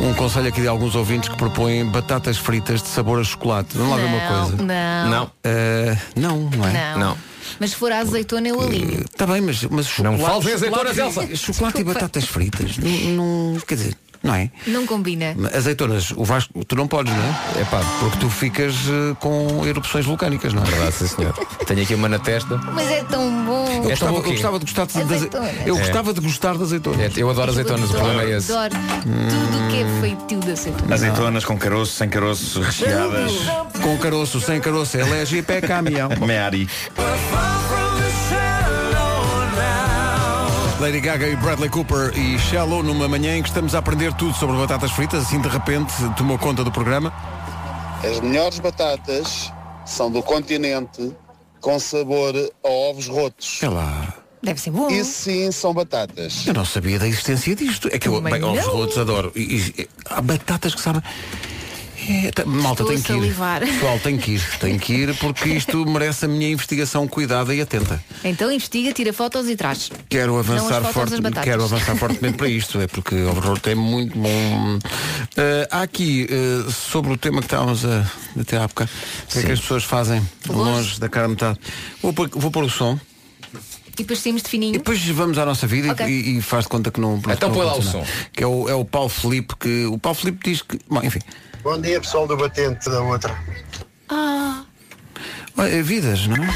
[SPEAKER 2] um conselho aqui de alguns ouvintes que propõem batatas fritas de sabor a chocolate. Vamos lá ver uma
[SPEAKER 4] Não,
[SPEAKER 2] coisa.
[SPEAKER 4] não. Não.
[SPEAKER 2] Eh, não, não Hum. é?
[SPEAKER 4] Não. Mas se for a azeitona, eu alinho.
[SPEAKER 2] Está bem, mas, mas chocolate,
[SPEAKER 4] fales em
[SPEAKER 2] chocolate
[SPEAKER 4] azeitonas,
[SPEAKER 2] e-
[SPEAKER 4] Elsa.
[SPEAKER 2] Chocolate e
[SPEAKER 4] Desculpa.
[SPEAKER 2] batatas fritas. Não, não- quer dizer, não é?
[SPEAKER 4] Não combina.
[SPEAKER 2] Azeitonas, o Vasco, tu não podes, não é? É pá, porque tu ficas eh, com erupções vulcânicas, não é?
[SPEAKER 5] Ah,
[SPEAKER 2] Verdade, sim, senhor. Tenho aqui uma na testa.
[SPEAKER 4] Mas é tão bom.
[SPEAKER 2] Eu gostava, eu gostava de gostar de, de aze-
[SPEAKER 4] Azeitonas.
[SPEAKER 2] Eu
[SPEAKER 4] É.
[SPEAKER 2] gostava de gostar de
[SPEAKER 5] É,
[SPEAKER 2] azeitonas. É, eu adoro
[SPEAKER 4] Adoro tudo o que é feitio de azeitona.
[SPEAKER 11] Azeitonas com caroço, sem caroço, recheadas.
[SPEAKER 2] Com caroço, sem caroço, é elege e pé caminhão.
[SPEAKER 11] Meari.
[SPEAKER 2] Lady Gaga e Bradley Cooper e Shallow numa manhã em que estamos a aprender tudo sobre batatas fritas, assim de repente tomou conta do programa.
[SPEAKER 7] As melhores batatas são do continente com sabor a ovos rotos.
[SPEAKER 2] É lá.
[SPEAKER 4] Deve ser bom.
[SPEAKER 7] Isso sim são batatas.
[SPEAKER 2] Eu não sabia da existência disto. É que eu,
[SPEAKER 7] Também
[SPEAKER 2] bem, ovos
[SPEAKER 7] não.
[SPEAKER 2] rotos adoro. E, e- há batatas que sabem. É, tá- malta,
[SPEAKER 4] Estou
[SPEAKER 2] tem
[SPEAKER 4] a
[SPEAKER 2] que ir.
[SPEAKER 4] salivar.
[SPEAKER 2] Pessoal, tem que ir. Tem que ir porque isto merece a minha investigação cuidada e atenta.
[SPEAKER 4] Então investiga, tira fotos e traz.
[SPEAKER 2] Quero
[SPEAKER 4] Não
[SPEAKER 2] avançar,
[SPEAKER 4] as fotos
[SPEAKER 2] forte,
[SPEAKER 4] das batatas.
[SPEAKER 2] quero avançar fortemente para isto, é porque o roto é muito bom. Eh, há aqui, eh, sobre o tema que estávamos a, até há bocado, o que é que as pessoas fazem longe da cara a metade? Vou pôr, vou pôr o som,
[SPEAKER 4] E depois saímos de fininho.
[SPEAKER 2] depois vamos à nossa vida e-
[SPEAKER 4] Hum? Ok.
[SPEAKER 2] e, e faz de conta que não.
[SPEAKER 4] Então
[SPEAKER 2] não
[SPEAKER 4] põe lá o
[SPEAKER 2] aconteceu nada. Que é o, é o Paulo Felipe, que o Paulo Felipe diz que. Bom, enfim.
[SPEAKER 22] Bom dia pessoal do Batente da outra.
[SPEAKER 4] Ah.
[SPEAKER 2] Olha, vidas, não é?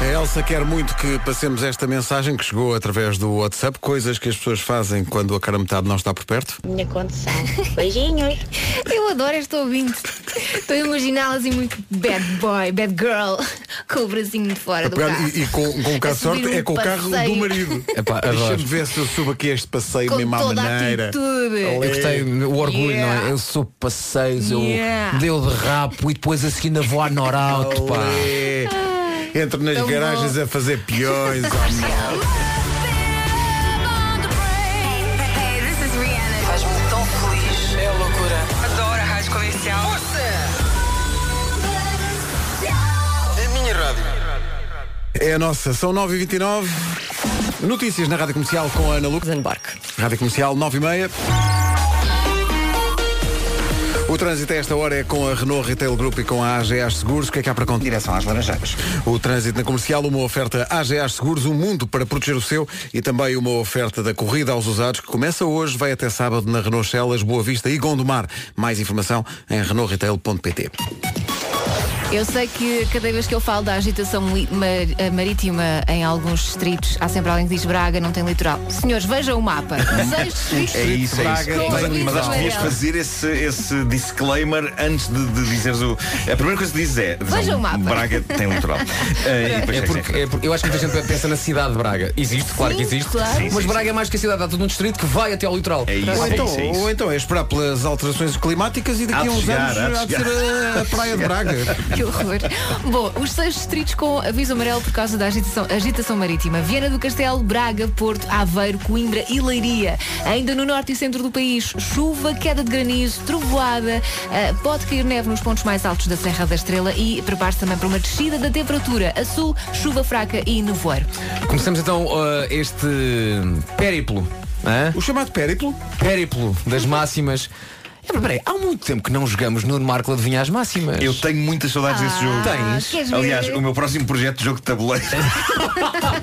[SPEAKER 2] A Elsa quer muito que passemos esta mensagem que chegou através do WhatsApp, coisas que as pessoas fazem quando a cara a metade não está por perto.
[SPEAKER 4] Minha condição. Beijinhos. Eu adoro este ouvinte. Estou a imaginá-la assim muito bad boy, bad girl, com o bracinho de fora
[SPEAKER 2] A
[SPEAKER 4] É do
[SPEAKER 2] pegar-
[SPEAKER 4] carro.
[SPEAKER 2] e, e com, com um
[SPEAKER 4] A
[SPEAKER 2] bocado de sorte
[SPEAKER 4] subir um
[SPEAKER 2] é com o carro
[SPEAKER 4] passeio.
[SPEAKER 2] do marido.
[SPEAKER 5] Epá,
[SPEAKER 2] Deixa-me
[SPEAKER 5] adoro.
[SPEAKER 2] ver se eu subo aqui este passeio
[SPEAKER 4] Com
[SPEAKER 2] mesmo à
[SPEAKER 4] toda a
[SPEAKER 2] maneira. é-
[SPEAKER 4] atitude.
[SPEAKER 5] Eu gostei, o orgulho, não é? Eu sou passeios,
[SPEAKER 4] Yeah.
[SPEAKER 5] eu deu de rapo e depois a seguir na vou à Norauto, pá. Ah,
[SPEAKER 2] Entro nas
[SPEAKER 5] Tão
[SPEAKER 2] garagens a fazer peões.
[SPEAKER 9] Faz-me tão feliz. É loucura. Adoro a rádio comercial.
[SPEAKER 23] É a minha rádio.
[SPEAKER 2] é a nossa, são 9h29. Notícias na Rádio Comercial com a Ana Lucas. Rádio Comercial 9h30. O trânsito a esta hora é com a Renault Retail Group e com a AGAs Seguros. O que é que há para contar? Direção às Laranjeiras. O trânsito na comercial, uma oferta AGAs Seguros, um mundo para proteger o seu e também uma oferta da corrida aos usados que começa hoje, vai até sábado na Renault Celas, Boa Vista e Gondomar. Mais informação em renaultretail.pt.
[SPEAKER 4] Eu sei que cada vez que eu falo da agitação li- mar- eh, marítima em alguns distritos, há sempre alguém que diz Braga não tem litoral. Senhores, vejam o mapa. Seis distritos.
[SPEAKER 11] É isso, é isso.
[SPEAKER 4] Com
[SPEAKER 11] Mas,
[SPEAKER 4] Luís
[SPEAKER 11] mas acho que devias
[SPEAKER 4] Manuel.
[SPEAKER 11] fazer esse, esse disclaimer antes de, de dizeres o. A primeira coisa que dizes é.
[SPEAKER 4] Veja o mapa.
[SPEAKER 11] Braga tem litoral. Eh, e depois
[SPEAKER 5] É
[SPEAKER 11] segues em
[SPEAKER 5] porque, é porque eu acho que muita gente pensa na cidade de Braga. Existe, claro que existe.
[SPEAKER 4] claro.
[SPEAKER 5] Mas Braga é mais que a cidade, há todo um distrito que vai até ao litoral. É
[SPEAKER 2] ou, então, ou então é esperar pelas alterações climáticas e daqui a uns anos há de ser a, a Praia de Braga.
[SPEAKER 4] Que horror. Bom, os seis distritos com aviso amarelo por causa da agitação, agitação marítima. Viana do Castelo, Braga, Porto, Aveiro, Coimbra e Leiria. Ainda no norte e centro do país, chuva, queda de granizo, trovoada, ah, pode cair neve nos pontos mais altos da Serra da Estrela e prepare-se também para uma descida da temperatura. A sul, chuva fraca e nevoeiro.
[SPEAKER 5] Começamos então uh, este périplo. O
[SPEAKER 2] chamado périplo?
[SPEAKER 5] Périplo das máximas. É, mas peraí, há muito tempo que não jogamos no Marco adivinha as máximas. Eu
[SPEAKER 11] tenho muitas saudades
[SPEAKER 5] Ah,
[SPEAKER 11] desse jogo.
[SPEAKER 5] Tens?
[SPEAKER 11] Tens? Aliás, o meu próximo projeto de jogo de tabuleiro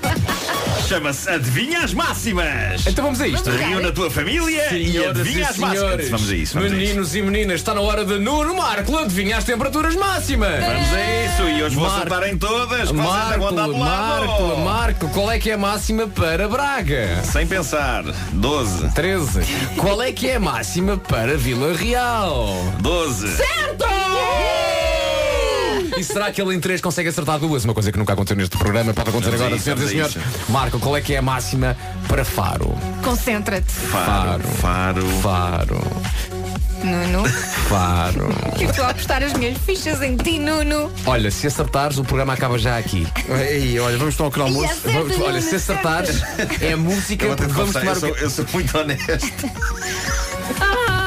[SPEAKER 11] chama-se Adivinha as Máximas.
[SPEAKER 5] Então vamos a isto.
[SPEAKER 11] Reúne a tua família e
[SPEAKER 5] Senhoras
[SPEAKER 11] adivinha as máximas.
[SPEAKER 5] senhores,
[SPEAKER 11] Vamos a isso. Vamos a isso.
[SPEAKER 5] meninos e meninas, está na hora de Nuno Marco adivinha as temperaturas máximas.
[SPEAKER 11] Vamos a isso, e hoje vou soltar em todas, vocês
[SPEAKER 5] Marco,
[SPEAKER 11] aguentam do lado.
[SPEAKER 5] Marco, Marco, qual é que é a máxima para Braga?
[SPEAKER 11] Sem pensar, 12.
[SPEAKER 5] 13. Qual é que é a máxima para Vila Real?
[SPEAKER 11] 12.
[SPEAKER 5] Certo! E será que ele em 3 consegue acertar duas? Uma coisa que nunca aconteceu neste programa, pode acontecer
[SPEAKER 11] Vamos a
[SPEAKER 5] agora,
[SPEAKER 11] isso,
[SPEAKER 5] senhoras e
[SPEAKER 11] vamos a
[SPEAKER 5] senhores. Marco, qual é que é a máxima para Faro?
[SPEAKER 4] Concentra-te.
[SPEAKER 11] Faro, faro,
[SPEAKER 5] faro.
[SPEAKER 1] Nuno.
[SPEAKER 5] Claro.
[SPEAKER 1] Eu estou a apostar as minhas fichas em ti, Nuno.
[SPEAKER 5] Olha, se acertares, o programa acaba já aqui.
[SPEAKER 2] Ei, olha, vamos tomar o canal
[SPEAKER 1] almoço. acerta,
[SPEAKER 5] Vamos, olha,
[SPEAKER 1] Nuno,
[SPEAKER 5] se acertares, é a música
[SPEAKER 11] Eu vou ter
[SPEAKER 5] porque
[SPEAKER 11] de
[SPEAKER 5] vamos
[SPEAKER 11] confessar,
[SPEAKER 5] tomar
[SPEAKER 11] eu,
[SPEAKER 5] o
[SPEAKER 11] sou, eu sou muito honesto.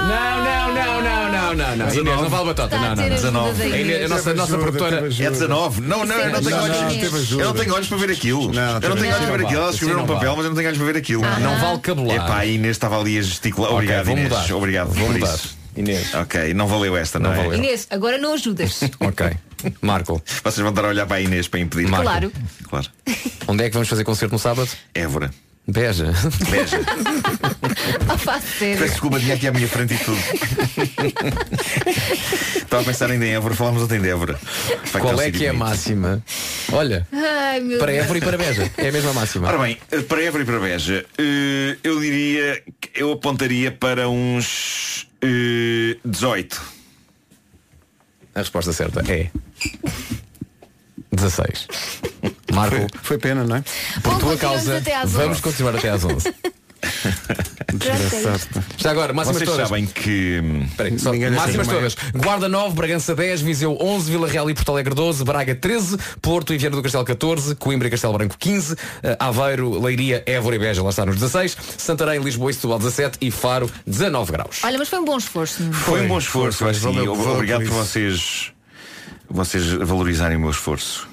[SPEAKER 5] Não, não, não, não, não, não, não. Inês, não vale batota.
[SPEAKER 11] Está a
[SPEAKER 5] Não, não,
[SPEAKER 11] ter
[SPEAKER 5] não.
[SPEAKER 11] ajuda da
[SPEAKER 5] 19. A, Inês- a
[SPEAKER 11] Inês.
[SPEAKER 5] nossa, a nossa
[SPEAKER 11] Teve ajuda,
[SPEAKER 5] produtora.
[SPEAKER 11] teve ajuda. É 19. Não, não, eu não tenho olhos. Eu não tenho olhos para ver aquilo. eu não tenho olhos para ver aquilo. Elas escreveram um papel, mas eu não tenho olhos para ver aquilo.
[SPEAKER 5] Não vale cabelar.
[SPEAKER 11] Epá, a Inês estava ali a gesticular.
[SPEAKER 5] Ok,
[SPEAKER 11] Obrigado,
[SPEAKER 5] vou
[SPEAKER 11] Inês.
[SPEAKER 5] mudar.
[SPEAKER 11] Obrigado
[SPEAKER 5] Vou
[SPEAKER 11] por
[SPEAKER 5] mudar.
[SPEAKER 11] isso. Inês. Ok, não valeu esta, não, é?
[SPEAKER 1] Inês, agora não ajudas.
[SPEAKER 5] Ok. Marco.
[SPEAKER 11] Vocês vão estar a olhar para a Inês para impedir.
[SPEAKER 1] Marco. Claro.
[SPEAKER 11] Claro.
[SPEAKER 5] Onde é que vamos fazer concerto no sábado?
[SPEAKER 11] Évora.
[SPEAKER 5] Beja.
[SPEAKER 11] Beja.
[SPEAKER 1] Opa, sério.
[SPEAKER 11] Peço desculpa, tinha aqui à minha frente e tudo. Estava a pensar ainda em Évora, falámos ontem de Évora. Pá,
[SPEAKER 5] Qual
[SPEAKER 11] aquele
[SPEAKER 5] é que é
[SPEAKER 11] sítio
[SPEAKER 5] a
[SPEAKER 11] bonito.
[SPEAKER 5] máxima? Olha,
[SPEAKER 1] Ai, meu
[SPEAKER 5] para
[SPEAKER 1] Deus.
[SPEAKER 5] Évora e para Beja. É a mesma máxima.
[SPEAKER 11] Ora bem, eh, para Évora e para Beja, eh, eu diria, que eu apontaria para uns eh, 18.
[SPEAKER 5] A resposta certa é 16. Marco. Foi,
[SPEAKER 2] pena, não é?
[SPEAKER 5] Por
[SPEAKER 1] Bom,
[SPEAKER 5] tua
[SPEAKER 1] continuamos
[SPEAKER 5] causa,
[SPEAKER 1] até às
[SPEAKER 5] vamos
[SPEAKER 1] 11.
[SPEAKER 5] continuar até às 11. Já agora, máximas
[SPEAKER 11] Vocês
[SPEAKER 5] todas.
[SPEAKER 11] sabem que... hum,
[SPEAKER 5] Peraí, só- máximas todas. Guarda 9, Bragança 10, Viseu 11, Vila Real e Porto Alegre 12, Braga 13, Porto e Viana do Castelo 14, Coimbra e Castelo Branco 15, eh, Aveiro, Leiria, Évora e Beja, lá está nos 16, Santarém, Lisboa e Setúbal 17 e Faro 19 graus.
[SPEAKER 1] Olha, mas foi um bom esforço. Nuno.
[SPEAKER 11] Foi, um bom esforço,
[SPEAKER 2] foi,
[SPEAKER 11] acho que
[SPEAKER 2] valeu,
[SPEAKER 11] sim.
[SPEAKER 2] valeu
[SPEAKER 11] Obrigado
[SPEAKER 2] por
[SPEAKER 11] por, vocês, vocês valorizarem o meu esforço.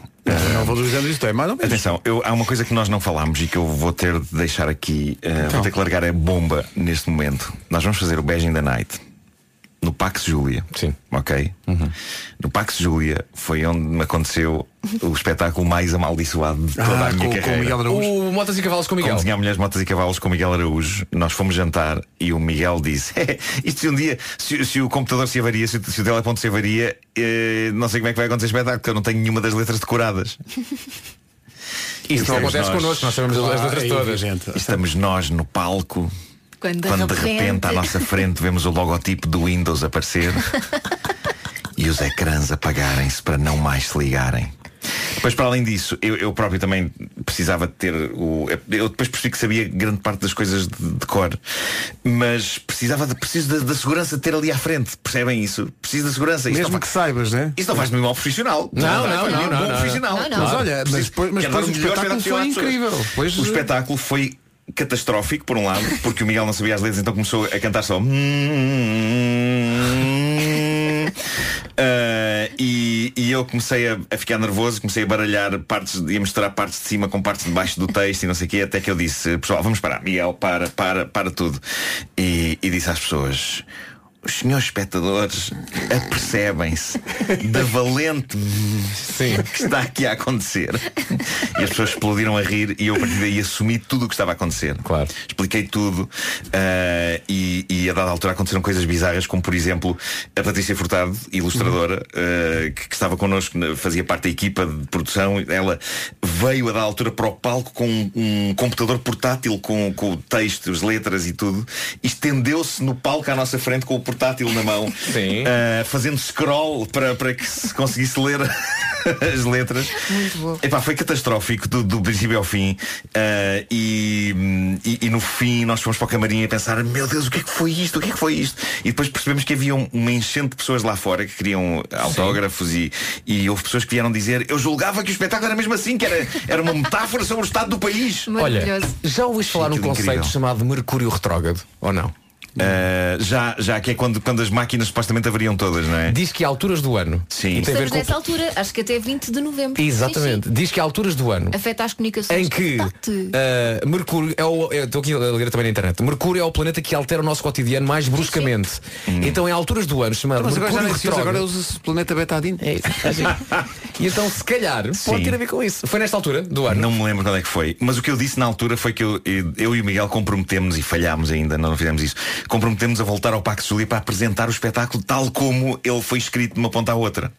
[SPEAKER 2] Não valorizamos isto, é mais ou menos.
[SPEAKER 11] Atenção, eu- há uma coisa que nós não falámos e que eu vou ter de deixar aqui, eh, vou ter que largar a bomba neste momento. Nós vamos fazer o Beijing da Night no Pax Júlia. Sim. Ok? No Pax Júlia foi onde me aconteceu o espetáculo mais amaldiçoado de toda a minha carreira.
[SPEAKER 5] O Motas e Cavalos com
[SPEAKER 11] Como
[SPEAKER 5] Miguel.
[SPEAKER 11] desenhar mulheres, motas e cavalos com o Miguel Araújo. Nós fomos jantar e o Miguel disse isto se um dia, se, se o computador se avaria, se, o- se o teleponto se avaria, eh, não sei como é que vai acontecer o espetáculo, porque eu não tenho nenhuma das letras decoradas.
[SPEAKER 5] Isso não
[SPEAKER 11] Estamos
[SPEAKER 5] acontece connosco, nós sabemos as
[SPEAKER 11] é
[SPEAKER 2] é
[SPEAKER 5] letras todas.
[SPEAKER 11] Estamos nós no palco,
[SPEAKER 1] Quando,
[SPEAKER 11] quando de repente à nossa frente vemos o logotipo do Windows aparecer e os ecrãs apagarem-se para não mais se ligarem. Depois, para além disso, eu, eu próprio também precisava de ter o. Eu depois percebi que sabia grande parte das coisas de, de cor, mas precisava de, preciso da, da segurança de ter ali à frente. Percebem isso? Preciso da segurança. Isto
[SPEAKER 2] Mesmo
[SPEAKER 11] não
[SPEAKER 2] que
[SPEAKER 11] faz-
[SPEAKER 2] saibas, né?
[SPEAKER 11] Isso não faz de mim mal profissional.
[SPEAKER 2] Não, não,
[SPEAKER 11] faz de mim
[SPEAKER 2] não,
[SPEAKER 11] um
[SPEAKER 2] não,
[SPEAKER 11] bom
[SPEAKER 2] não.
[SPEAKER 11] profissional.
[SPEAKER 2] Não, não. Mas olha, mas depois- mas
[SPEAKER 11] Quero dar
[SPEAKER 2] depois o
[SPEAKER 11] melhor
[SPEAKER 2] espetáculo
[SPEAKER 11] possível
[SPEAKER 2] foi
[SPEAKER 11] às pessoas.
[SPEAKER 2] incrível. Pois- eh.
[SPEAKER 11] O espetáculo foi catastrófico, por um lado, porque o Miguel não sabia as letras, então começou a cantar só. hum, Ah, hum." e, e eu comecei a, a ficar nervoso, comecei a baralhar partes, e a misturar partes de cima com partes de baixo do texto e não sei o quê, até que eu disse, pessoal, vamos parar, Miguel, para, para, para tudo. E, e disse às pessoas, os senhores espectadores apercebem-se da valente que está aqui a acontecer. E as pessoas explodiram a rir e eu a partir daí assumi tudo o que estava a acontecer. Claro. Expliquei tudo ah, e, e a dada altura aconteceram coisas bizarras, como por exemplo a Patrícia Furtado, ilustradora, ah, que, que estava connosco, na- fazia parte da equipa de produção, ela veio a dada altura para o palco com um, um computador portátil com, com o texto, as letras e tudo, e estendeu-se no palco à nossa frente com o portátil na mão, ah, fazendo scroll para, para que se conseguisse ler as letras.
[SPEAKER 1] Muito bom.
[SPEAKER 11] Epá, foi catastrófico do, do princípio ao fim Ah, e, e- e no fim nós fomos para o camarim a pensar Meu Deus, o que é que foi isto? O que é que foi isto? E depois percebemos que havia um- uma enchente de pessoas lá fora Que queriam autógrafos e, e houve pessoas que vieram dizer Eu julgava que o espetáculo era mesmo assim Que era, era uma metáfora sobre o estado do país
[SPEAKER 5] Olha, já ouviste falar um
[SPEAKER 11] Aquilo
[SPEAKER 5] conceito
[SPEAKER 11] incrível.
[SPEAKER 5] chamado Mercúrio Retrógrado, ou não?
[SPEAKER 11] Ah, já, já que é quando, quando as máquinas supostamente avariam todas, não é?
[SPEAKER 5] Diz que há alturas do ano
[SPEAKER 11] Sim.
[SPEAKER 5] E tem a ver
[SPEAKER 1] Estamos
[SPEAKER 5] com...
[SPEAKER 1] nessa altura, acho que até 20 de novembro.
[SPEAKER 5] Exatamente, diz que há alturas do ano
[SPEAKER 1] Sim, sim. Afeta as comunicações.
[SPEAKER 5] em que
[SPEAKER 1] Contacte.
[SPEAKER 5] uh, Mercúrio é o. eu Estou aqui a ler também na internet. Mercúrio é o planeta que altera o nosso cotidiano mais bruscamente. Então em alturas do ano chamado
[SPEAKER 2] Hum. Ah, Mas agora já
[SPEAKER 5] Mercúrio
[SPEAKER 2] nem se usa,
[SPEAKER 5] retrógrado.
[SPEAKER 2] agora usa-se planeta betadinho.
[SPEAKER 5] É isso. E então se calhar pode
[SPEAKER 11] Sim.
[SPEAKER 5] ter a ver com isso. Foi nesta altura do ano.
[SPEAKER 11] Não me lembro quando é que foi. Mas o que eu disse na altura foi que eu, eu e o Miguel comprometemos e falhámos ainda, não fizemos isso. Comprometemos a voltar ao Pax Júlia para apresentar o espetáculo tal como ele foi escrito de uma ponta à outra.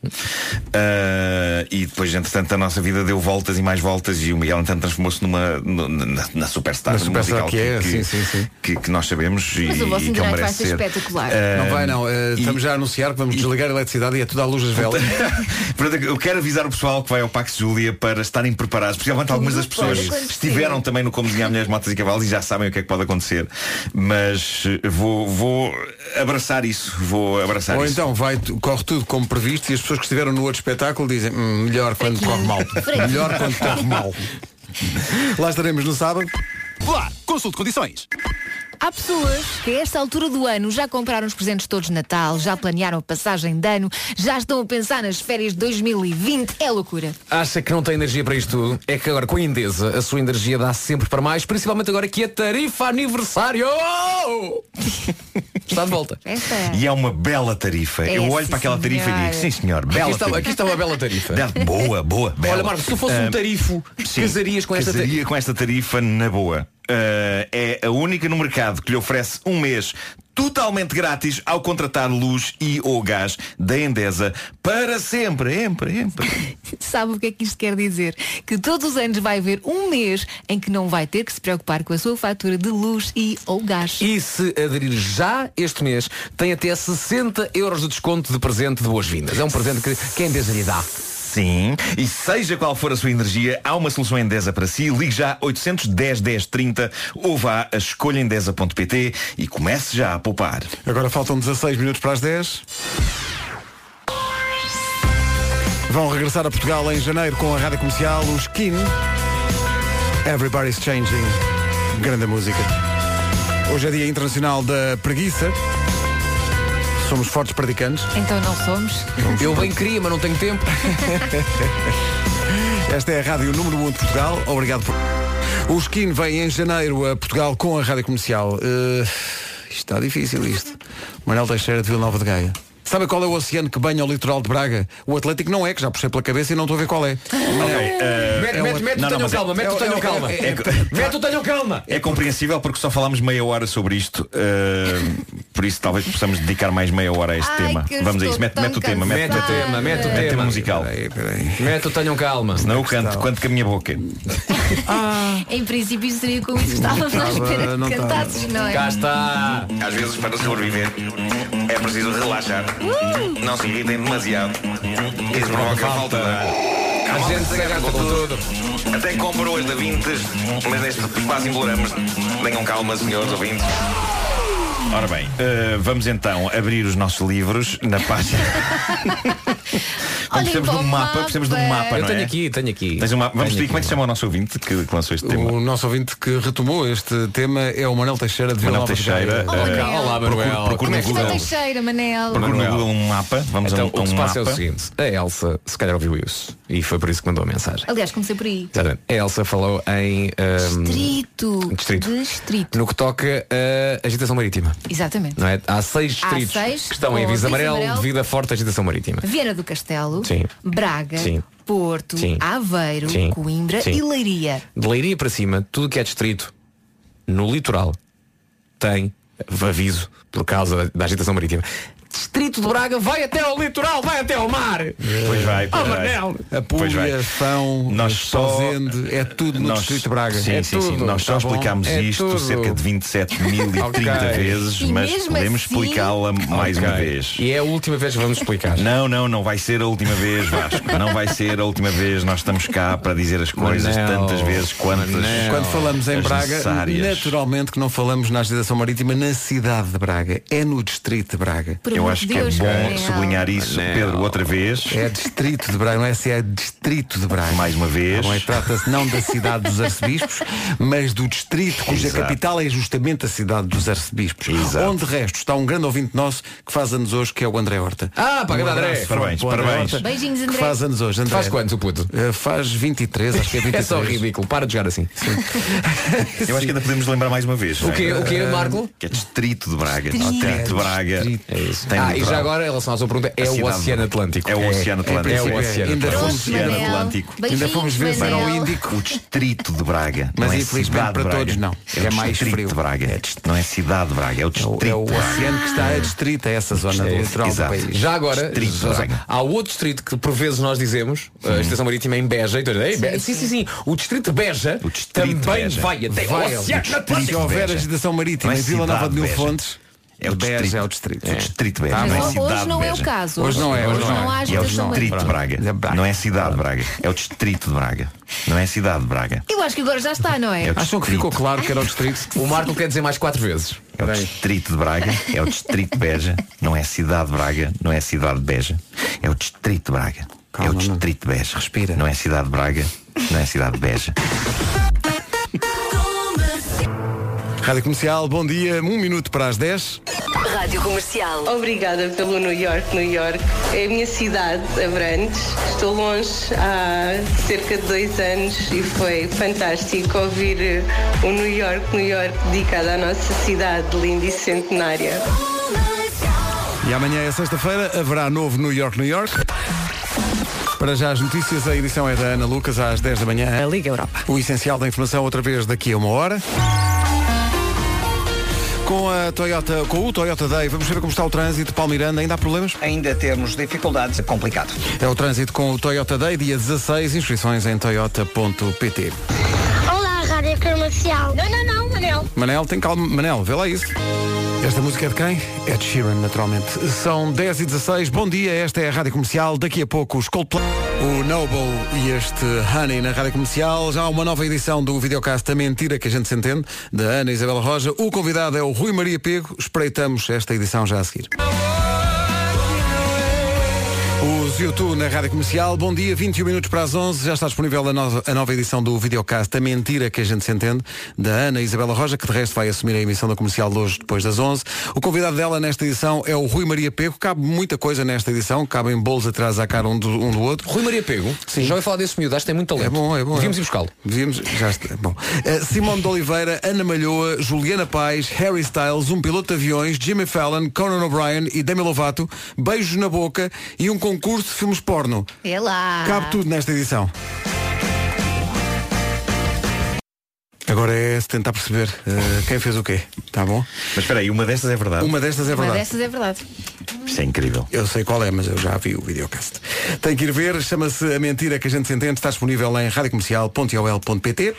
[SPEAKER 11] Ah, e depois, entretanto, a nossa vida deu voltas e mais voltas e o Miguel, entretanto, transformou-se numa no- na, na superstar
[SPEAKER 2] Na superstar
[SPEAKER 11] musical
[SPEAKER 2] que é, sim, sim, sim.
[SPEAKER 11] que- que nós sabemos
[SPEAKER 1] Mas
[SPEAKER 11] e,
[SPEAKER 1] o vosso
[SPEAKER 11] e que
[SPEAKER 1] endereço
[SPEAKER 11] ele
[SPEAKER 1] vai
[SPEAKER 11] merece
[SPEAKER 1] ser
[SPEAKER 11] ser.
[SPEAKER 1] espetacular.
[SPEAKER 11] Ah,
[SPEAKER 2] Não vai não, Eh, estamos já a anunciar que vamos desligar a eletricidade e é tudo à luz das velas.
[SPEAKER 11] Portanto, eu quero avisar o pessoal que vai ao Pax Júlia para estarem preparados, principalmente algumas das pessoas
[SPEAKER 2] Pode acontecer.
[SPEAKER 11] estiveram também no Como Desenhar Mulheres, Motas e Cavalos e já sabem o que é que pode acontecer. Mas eh, vou, vou abraçar isso. Vou abraçar
[SPEAKER 2] Ou
[SPEAKER 11] isso.
[SPEAKER 2] então vai, tu- corre tudo como previsto e as pessoas que estiveram no outro espetáculo dizem "Hum, melhor quando
[SPEAKER 11] Fraquinho.
[SPEAKER 2] corre mal.
[SPEAKER 11] Fraquinho.
[SPEAKER 2] Melhor quando corre mal. Lá estaremos no sábado.
[SPEAKER 8] Olá, consulte condições.
[SPEAKER 4] Há pessoas que a esta altura do ano já compraram os presentes todos de Natal, já planearam a passagem de ano, já estão a pensar nas férias de 2020. É loucura.
[SPEAKER 5] Acha que não tem energia para isto tudo? É que agora com a Endesa a sua energia dá sempre para mais, principalmente agora que é tarifa aniversário! Está de volta.
[SPEAKER 4] Esta é.
[SPEAKER 11] E é uma bela tarifa.
[SPEAKER 5] É,
[SPEAKER 11] Eu olho
[SPEAKER 5] sim,
[SPEAKER 11] para aquela tarifa
[SPEAKER 5] senhora.
[SPEAKER 11] e digo, sim senhor, bela
[SPEAKER 5] Aqui está-
[SPEAKER 11] tarifa.
[SPEAKER 5] aqui está uma bela tarifa.
[SPEAKER 11] Bela- boa, boa, bela.
[SPEAKER 5] Olha, Marcos, se tu fosse um
[SPEAKER 11] Ah,
[SPEAKER 5] tarifo, casarias com esta
[SPEAKER 11] casaria
[SPEAKER 5] tarifa.
[SPEAKER 11] com esta tarifa na boa. Ah, é a única no mercado que lhe oferece um mês totalmente grátis ao contratar luz e ou gás da Endesa para sempre, sempre, sempre.
[SPEAKER 4] Sabe o que é que isto quer dizer? Que todos os anos vai haver um mês em que não vai ter que se preocupar com a sua fatura de luz e ou gás.
[SPEAKER 5] E se aderir já este mês, tem até 60 euros de desconto de presente de boas-vindas. É um presente que quem Endesa lhe dá.
[SPEAKER 11] Sim, e seja qual for a sua energia, há uma solução Endesa para si. Ligue já 810 10 30 ou vá a escolhaendesa.pt e comece já a poupar.
[SPEAKER 2] Agora faltam 16 minutos para as 10. Vão regressar a Portugal em janeiro com a rádio comercial, os Skin. Everybody's Changing. Grande música. Hoje é Dia Internacional da Preguiça. Somos fortes praticantes.
[SPEAKER 4] Então não somos.
[SPEAKER 5] Eu bem queria, mas não tenho tempo.
[SPEAKER 2] Esta é a Rádio Número 1 de Portugal. Obrigado por. O Skin vem em janeiro a Portugal com a Rádio Comercial. Eh, isto está difícil isto. Manuel Teixeira de Vila Nova de Gaia. Sabe qual é o oceano que banha o litoral de Braga? O Atlético não é, que já puxei pela cabeça e não estou a ver qual é.
[SPEAKER 11] Mete,
[SPEAKER 2] É o-
[SPEAKER 11] mete, mete,
[SPEAKER 2] Não,
[SPEAKER 11] tenham
[SPEAKER 2] não, mas é-
[SPEAKER 11] calma, mete,
[SPEAKER 2] é-
[SPEAKER 11] tenham
[SPEAKER 2] é-
[SPEAKER 11] calma.
[SPEAKER 2] é- é-
[SPEAKER 5] Mete o tenham calma!
[SPEAKER 11] É compreensível porque só falámos meia hora sobre isto, eh, por isso talvez possamos dedicar mais meia hora a este tema.
[SPEAKER 5] que eu
[SPEAKER 11] Vamos a isso,
[SPEAKER 5] estou
[SPEAKER 11] mete,
[SPEAKER 5] tão
[SPEAKER 11] mete o tema, mete,
[SPEAKER 5] cansada. Mete o tema, mete o
[SPEAKER 11] Mete
[SPEAKER 5] tema.
[SPEAKER 11] musical.
[SPEAKER 5] Mete o tenham calma.
[SPEAKER 11] Senão eu canto, canto com a minha boca. é.
[SPEAKER 1] Em princípio seria como isso que estávamos à espera de cantasses, não é?
[SPEAKER 5] está.
[SPEAKER 11] Às vezes, para sobreviver, é preciso relaxar.
[SPEAKER 5] Uh!
[SPEAKER 11] Não se irritem demasiado. Isso provoca falta. A gente se agarra com tudo. Até compro hoje da Vintes, mas neste quase embolamos. Tenham calma, senhores ouvintes. Ora bem, eh, vamos então abrir os nossos livros na página.
[SPEAKER 1] Olhem
[SPEAKER 11] precisamos de
[SPEAKER 1] para
[SPEAKER 11] um
[SPEAKER 1] o
[SPEAKER 11] mapa,
[SPEAKER 1] mapa.
[SPEAKER 11] precisamos de um mapa,
[SPEAKER 5] Eu
[SPEAKER 11] não
[SPEAKER 5] tenho
[SPEAKER 11] é?
[SPEAKER 5] aqui, tenho aqui.
[SPEAKER 11] Tens um mapa. Vamos
[SPEAKER 5] Tenho
[SPEAKER 11] pedir como é que se chama o nosso ouvinte que, que lançou este tema.
[SPEAKER 2] O nosso ouvinte que retomou este tema é o Manuel Teixeira de Vila
[SPEAKER 11] Manuel
[SPEAKER 2] Nova de Gaia.
[SPEAKER 11] Teixeira. eh, procure- Procure no
[SPEAKER 4] é
[SPEAKER 1] Não
[SPEAKER 11] Google.
[SPEAKER 1] tem cheiro, Manel.
[SPEAKER 11] Procure no Google um mapa. Vamos
[SPEAKER 5] é então,
[SPEAKER 11] a um, a
[SPEAKER 5] o que
[SPEAKER 11] um
[SPEAKER 5] se passa é
[SPEAKER 11] mapa.
[SPEAKER 5] o seguinte. A Elsa, se calhar ouviu isso. E foi por isso que mandou a mensagem.
[SPEAKER 1] Aliás, comecei por aí.
[SPEAKER 5] Exatamente. A Elsa falou em... ahm,
[SPEAKER 1] Distrito.
[SPEAKER 5] Hum, Distrito.
[SPEAKER 1] Distrito.
[SPEAKER 5] No que toca a agitação marítima.
[SPEAKER 1] Exatamente.
[SPEAKER 5] Não é? Há seis
[SPEAKER 1] Há
[SPEAKER 5] distritos
[SPEAKER 1] seis
[SPEAKER 5] que estão
[SPEAKER 1] com
[SPEAKER 5] em aviso
[SPEAKER 1] aviso
[SPEAKER 5] amarelo,
[SPEAKER 1] amarelo.
[SPEAKER 5] devido à forte agitação marítima.
[SPEAKER 4] Viana do Castelo,
[SPEAKER 5] é? Sim.
[SPEAKER 4] Braga,
[SPEAKER 5] Sim.
[SPEAKER 4] Porto,
[SPEAKER 5] Sim.
[SPEAKER 4] Aveiro,
[SPEAKER 5] Sim.
[SPEAKER 4] Coimbra
[SPEAKER 5] Sim.
[SPEAKER 4] e Leiria.
[SPEAKER 5] De Leiria para cima, tudo que é distrito no litoral tem aviso por causa da- da agitação marítima.
[SPEAKER 16] Distrito de Braga vai até ao litoral, vai até ao mar.
[SPEAKER 11] Pois vai, pois
[SPEAKER 16] Oh,
[SPEAKER 11] vai.
[SPEAKER 16] Manel.
[SPEAKER 2] A
[SPEAKER 11] Pois vai.
[SPEAKER 2] Púlia, Fão,
[SPEAKER 11] Nós só-
[SPEAKER 2] Sozende, é tudo no
[SPEAKER 11] Nós-
[SPEAKER 2] Distrito de Braga.
[SPEAKER 11] Sim,
[SPEAKER 2] é
[SPEAKER 11] sim,
[SPEAKER 2] tudo,
[SPEAKER 11] sim. Nós só
[SPEAKER 2] tá bom?
[SPEAKER 11] explicámos
[SPEAKER 2] É
[SPEAKER 11] isto
[SPEAKER 2] tudo.
[SPEAKER 11] cerca de 27.030
[SPEAKER 2] Ok.
[SPEAKER 11] vezes,
[SPEAKER 2] E
[SPEAKER 11] mas
[SPEAKER 2] mesmo
[SPEAKER 11] podemos
[SPEAKER 2] assim-
[SPEAKER 11] explicá-la mais
[SPEAKER 5] Ok.
[SPEAKER 11] uma vez.
[SPEAKER 5] E é a última vez que vamos explicar.
[SPEAKER 11] Não, não, não vai ser a última vez, Vasco. Não vai ser a última vez. Nós estamos cá para dizer as coisas
[SPEAKER 5] Manel.
[SPEAKER 11] tantas vezes quantas.
[SPEAKER 2] Quando falamos em
[SPEAKER 11] eh, as
[SPEAKER 2] Braga,
[SPEAKER 11] necessárias.
[SPEAKER 2] naturalmente que não falamos na agitação marítima na cidade de Braga, é no distrito de Braga.
[SPEAKER 11] Por Eu amor acho de que é Deus, bom Manel. sublinhar isso, Pedro, outra vez.
[SPEAKER 2] É distrito de Braga, não é se é distrito de Braga.
[SPEAKER 11] Mais uma vez.
[SPEAKER 2] Não é? Trata-se não da cidade dos arcebispos, mas do distrito cuja
[SPEAKER 11] Exato.
[SPEAKER 2] capital é justamente a cidade dos arcebispos. Onde de resto está um grande ouvinte nosso que faz anos hoje, que é o André Horta. Um
[SPEAKER 5] Ah, pá, grande André.
[SPEAKER 2] abraço
[SPEAKER 5] Parabéns,
[SPEAKER 2] para o André
[SPEAKER 5] parabéns.
[SPEAKER 2] Horta,
[SPEAKER 5] Beijinhos,
[SPEAKER 2] que
[SPEAKER 5] André.
[SPEAKER 2] faz anos hoje, André.
[SPEAKER 5] Faz quantos, o puto?
[SPEAKER 2] Eh, faz 23, acho que é 23.
[SPEAKER 5] É só ridículo, para de jogar assim.
[SPEAKER 11] Eu acho que ainda podemos lembrar mais uma vez.
[SPEAKER 5] O
[SPEAKER 11] não é?
[SPEAKER 5] quê? O quê, Marco?
[SPEAKER 11] Que é distrito de Braga.
[SPEAKER 5] Distrito.
[SPEAKER 11] Distrito de Braga. Tem
[SPEAKER 5] ah, e
[SPEAKER 11] litoral.
[SPEAKER 5] já agora, em relação à sua pergunta, é
[SPEAKER 11] A
[SPEAKER 5] o
[SPEAKER 11] cidade-
[SPEAKER 5] Oceano Atlântico.
[SPEAKER 11] É o Oceano Atlântico.
[SPEAKER 5] É, o Oceano
[SPEAKER 11] Ainda
[SPEAKER 5] Atlântico.
[SPEAKER 11] fomos ver- Oceano Atlântico.
[SPEAKER 2] Ainda fomos ver se era
[SPEAKER 4] é
[SPEAKER 2] o Índico.
[SPEAKER 11] O distrito de Braga.
[SPEAKER 2] Mas
[SPEAKER 11] não é
[SPEAKER 2] infelizmente
[SPEAKER 11] cidade
[SPEAKER 2] para
[SPEAKER 11] de Braga.
[SPEAKER 2] todos não.
[SPEAKER 11] É,
[SPEAKER 2] É
[SPEAKER 11] o
[SPEAKER 2] mais
[SPEAKER 11] distrito
[SPEAKER 2] frio.
[SPEAKER 11] de Braga. Não é cidade de Braga, é o distrito.
[SPEAKER 2] É o
[SPEAKER 11] de Braga.
[SPEAKER 2] oceano que está a distrito, é essa zona do litoral do
[SPEAKER 11] Exato.
[SPEAKER 2] país.
[SPEAKER 5] Já agora,
[SPEAKER 11] Distrito de Braga.
[SPEAKER 5] há outro distrito que por vezes nós dizemos, a Estação Marítima em Beja, então, ei, Be- sim, sim, sim, o distrito de Beja também
[SPEAKER 11] Beja.
[SPEAKER 5] vai até
[SPEAKER 2] Vai,
[SPEAKER 5] o Oceano
[SPEAKER 2] Se
[SPEAKER 5] Atlântico.
[SPEAKER 2] houver agitação marítima
[SPEAKER 11] Não é
[SPEAKER 2] em Vila Nova
[SPEAKER 11] cidade
[SPEAKER 2] de Mil
[SPEAKER 11] Beja.
[SPEAKER 2] Fontes,
[SPEAKER 11] É o
[SPEAKER 2] Beja
[SPEAKER 11] distrito.
[SPEAKER 2] é o distrito.
[SPEAKER 11] O distrito Beja.
[SPEAKER 4] Mas
[SPEAKER 11] não é
[SPEAKER 4] hoje
[SPEAKER 11] cidade
[SPEAKER 4] não é o
[SPEAKER 11] Beja.
[SPEAKER 4] caso. Hoje não é, hoje Hoje não não é. há
[SPEAKER 11] É o
[SPEAKER 4] agitação
[SPEAKER 11] distrito de
[SPEAKER 4] Braga.
[SPEAKER 11] Braga. Não é a cidade de Braga. É o distrito de Braga. Não é a cidade de Braga.
[SPEAKER 4] Eu acho que agora já está, não é?
[SPEAKER 11] Acham que ficou
[SPEAKER 5] claro que era o distrito? O Marco quer dizer mais quatro vezes.
[SPEAKER 11] É o distrito de Braga, é o distrito de Beja, não é a cidade de Braga, não é a cidade de Beja, é o distrito de Braga, é o distrito de Beja. Respira. Não é a cidade de Braga, não é a cidade de Beja.
[SPEAKER 2] Rádio Comercial, bom dia, um minuto para as 10.
[SPEAKER 10] Rádio Comercial. Obrigada pelo New York, New York. É a minha cidade, Abrantes. Estou longe há cerca de dois anos e foi fantástico ouvir eh, o New York, New York dedicado à nossa cidade linda e centenária.
[SPEAKER 2] E amanhã é sexta-feira, haverá novo New York, New York. Para já as notícias, a edição é da Ana Lucas às 10 da manhã. A Liga Europa. O essencial da informação outra vez daqui a uma hora. Com a Toyota, com o Toyota Day, vamos ver como está o trânsito. Paulo Miranda, ainda há problemas?
[SPEAKER 3] Ainda temos dificuldades, é complicado.
[SPEAKER 2] É o trânsito com o Toyota Day, dia 16, inscrições em toyota.pt.
[SPEAKER 6] Olá, Rádio Comercial. Não, não, não, Manel.
[SPEAKER 2] Manel, tem calma. Manel, vê lá isso. Esta música é de quem? É de Sheeran, naturalmente. São 10 e 16 Bom dia, esta é a Rádio Comercial. Daqui a pouco os Coldplay. O Noble e este Honey na Rádio Comercial. Já há uma nova edição do videocast A Mentira que a gente se entende, da Ana Isabela Roja. O convidado é o Rui Maria Pego. Espreitamos esta edição já a seguir. Os YouTube na Rádio Comercial, bom dia, 21 minutos para as 11, já está disponível a nova, a nova edição do videocast A Mentira que a gente se entende, da Ana Isabela Roja, que de resto vai assumir a emissão da Comercial de hoje depois das 11. O convidado dela nesta edição é o Rui Maria Pego, cabe muita coisa nesta edição, cabem bolos atrás à cara um do, um do outro. Rui Maria Pego? Sim. Já ouvi falar desse miúdo, acho que tem muito talento. É bom, é bom.
[SPEAKER 5] Devíamos
[SPEAKER 2] é.
[SPEAKER 5] ir buscá-lo.
[SPEAKER 2] Devíamos, já está, bom. Eh, Simone de Oliveira, Ana Malhoa, Juliana Paz, Harry Styles, um piloto de aviões, Jimmy Fallon, Conan O'Brien e Demi Lovato, beijos na boca e um concurso de filmes porno.
[SPEAKER 4] É lá.
[SPEAKER 2] Cabe tudo nesta edição. Agora é se tentar perceber eh, quem fez o quê, tá bom?
[SPEAKER 11] Mas espera aí, uma destas é verdade.
[SPEAKER 2] Uma destas é
[SPEAKER 4] Uma
[SPEAKER 2] verdade.
[SPEAKER 4] dessas é verdade.
[SPEAKER 11] Isto é incrível.
[SPEAKER 2] Eu sei qual é, mas eu já vi o videocast. Tem que ir ver, chama-se A Mentira que a gente se entende, está disponível em radiocomercial.ol.pt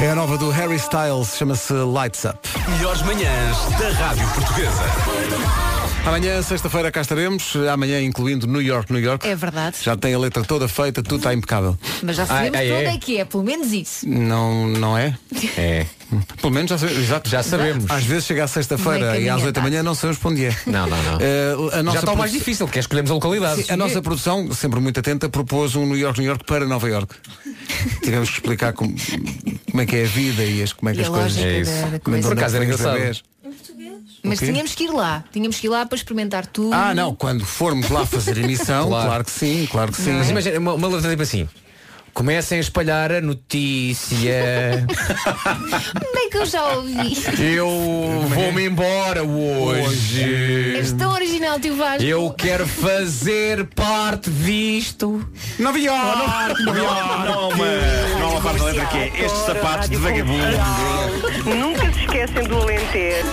[SPEAKER 2] É a nova do Harry Styles, chama-se Lights Up.
[SPEAKER 8] Melhores manhãs da Rádio Portuguesa.
[SPEAKER 2] Amanhã, sexta-feira, cá estaremos, amanhã incluindo New York, New York.
[SPEAKER 4] É verdade.
[SPEAKER 2] Já tem a letra toda feita, tudo está impecável.
[SPEAKER 4] Mas já
[SPEAKER 2] Ai,
[SPEAKER 4] sabemos
[SPEAKER 2] ai,
[SPEAKER 4] para
[SPEAKER 2] é.
[SPEAKER 4] onde é que é, pelo menos isso.
[SPEAKER 2] Não, não é? Ah,
[SPEAKER 5] É.
[SPEAKER 2] Pelo menos já, sa- exato. já
[SPEAKER 5] sabemos.
[SPEAKER 2] Às vezes chega à
[SPEAKER 5] Bem
[SPEAKER 2] sexta-feira e
[SPEAKER 5] caminhado.
[SPEAKER 2] às oito da manhã não sabemos para onde é.
[SPEAKER 5] Não, não, não.
[SPEAKER 2] Eh, a nossa
[SPEAKER 5] Já está o mais
[SPEAKER 2] produ-
[SPEAKER 5] difícil, que é escolhermos a localidade.
[SPEAKER 2] Sim, a nossa produção, sempre muito atenta, propôs um New York, New York para Nova York. Tivemos que explicar como, como é que é a vida e as, como é que
[SPEAKER 4] E
[SPEAKER 2] as
[SPEAKER 4] a
[SPEAKER 2] coisas.
[SPEAKER 4] lógica É isso. da- da
[SPEAKER 2] Mas
[SPEAKER 4] coisa.
[SPEAKER 2] onde
[SPEAKER 4] Por
[SPEAKER 2] é que
[SPEAKER 4] acaso era
[SPEAKER 2] vem os
[SPEAKER 4] engraçado.
[SPEAKER 2] bebés?
[SPEAKER 4] Mas
[SPEAKER 2] O quê?
[SPEAKER 4] tínhamos que ir lá. Tínhamos que ir lá para experimentar tudo.
[SPEAKER 2] Ah, não, quando formos lá fazer emissão, claro. que sim, claro
[SPEAKER 4] é?
[SPEAKER 2] que sim.
[SPEAKER 5] Mas imagina, uma, uma letra tipo assim. Comecem a espalhar a notícia.
[SPEAKER 4] Onde é que eu já ouvi?
[SPEAKER 5] Eu vou-me embora
[SPEAKER 4] És
[SPEAKER 5] hoje.
[SPEAKER 4] tão original, tio Vasco.
[SPEAKER 5] Eu quero fazer parte disto.
[SPEAKER 2] Nova
[SPEAKER 5] York! Nova
[SPEAKER 11] Não há uma parte da letra que é estes sapatos de vagabundo.
[SPEAKER 10] Nunca se esquecem do Alentejo.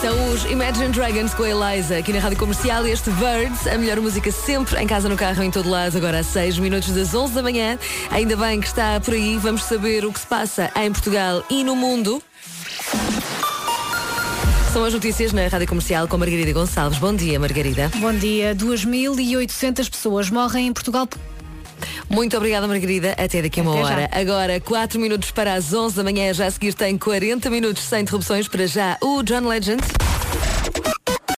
[SPEAKER 12] São os Imagine Dragons com a Eliza, aqui na Rádio Comercial, este Birds, a melhor música sempre, em casa, no carro, em todo lado, agora às 6 minutos das 11 da manhã. Ainda bem que está por aí, vamos saber o que se passa em Portugal e no mundo. São as notícias na Rádio Comercial com Margarida Gonçalves. Bom dia, Margarida.
[SPEAKER 1] Bom dia. 2.800 pessoas morrem em Portugal.
[SPEAKER 12] Muito obrigada, Margarida. Até daqui a uma
[SPEAKER 1] Até já.
[SPEAKER 12] hora. Agora, 4 minutos para as 11 da manhã, já a seguir tem 40 minutos sem interrupções para já o John Legend.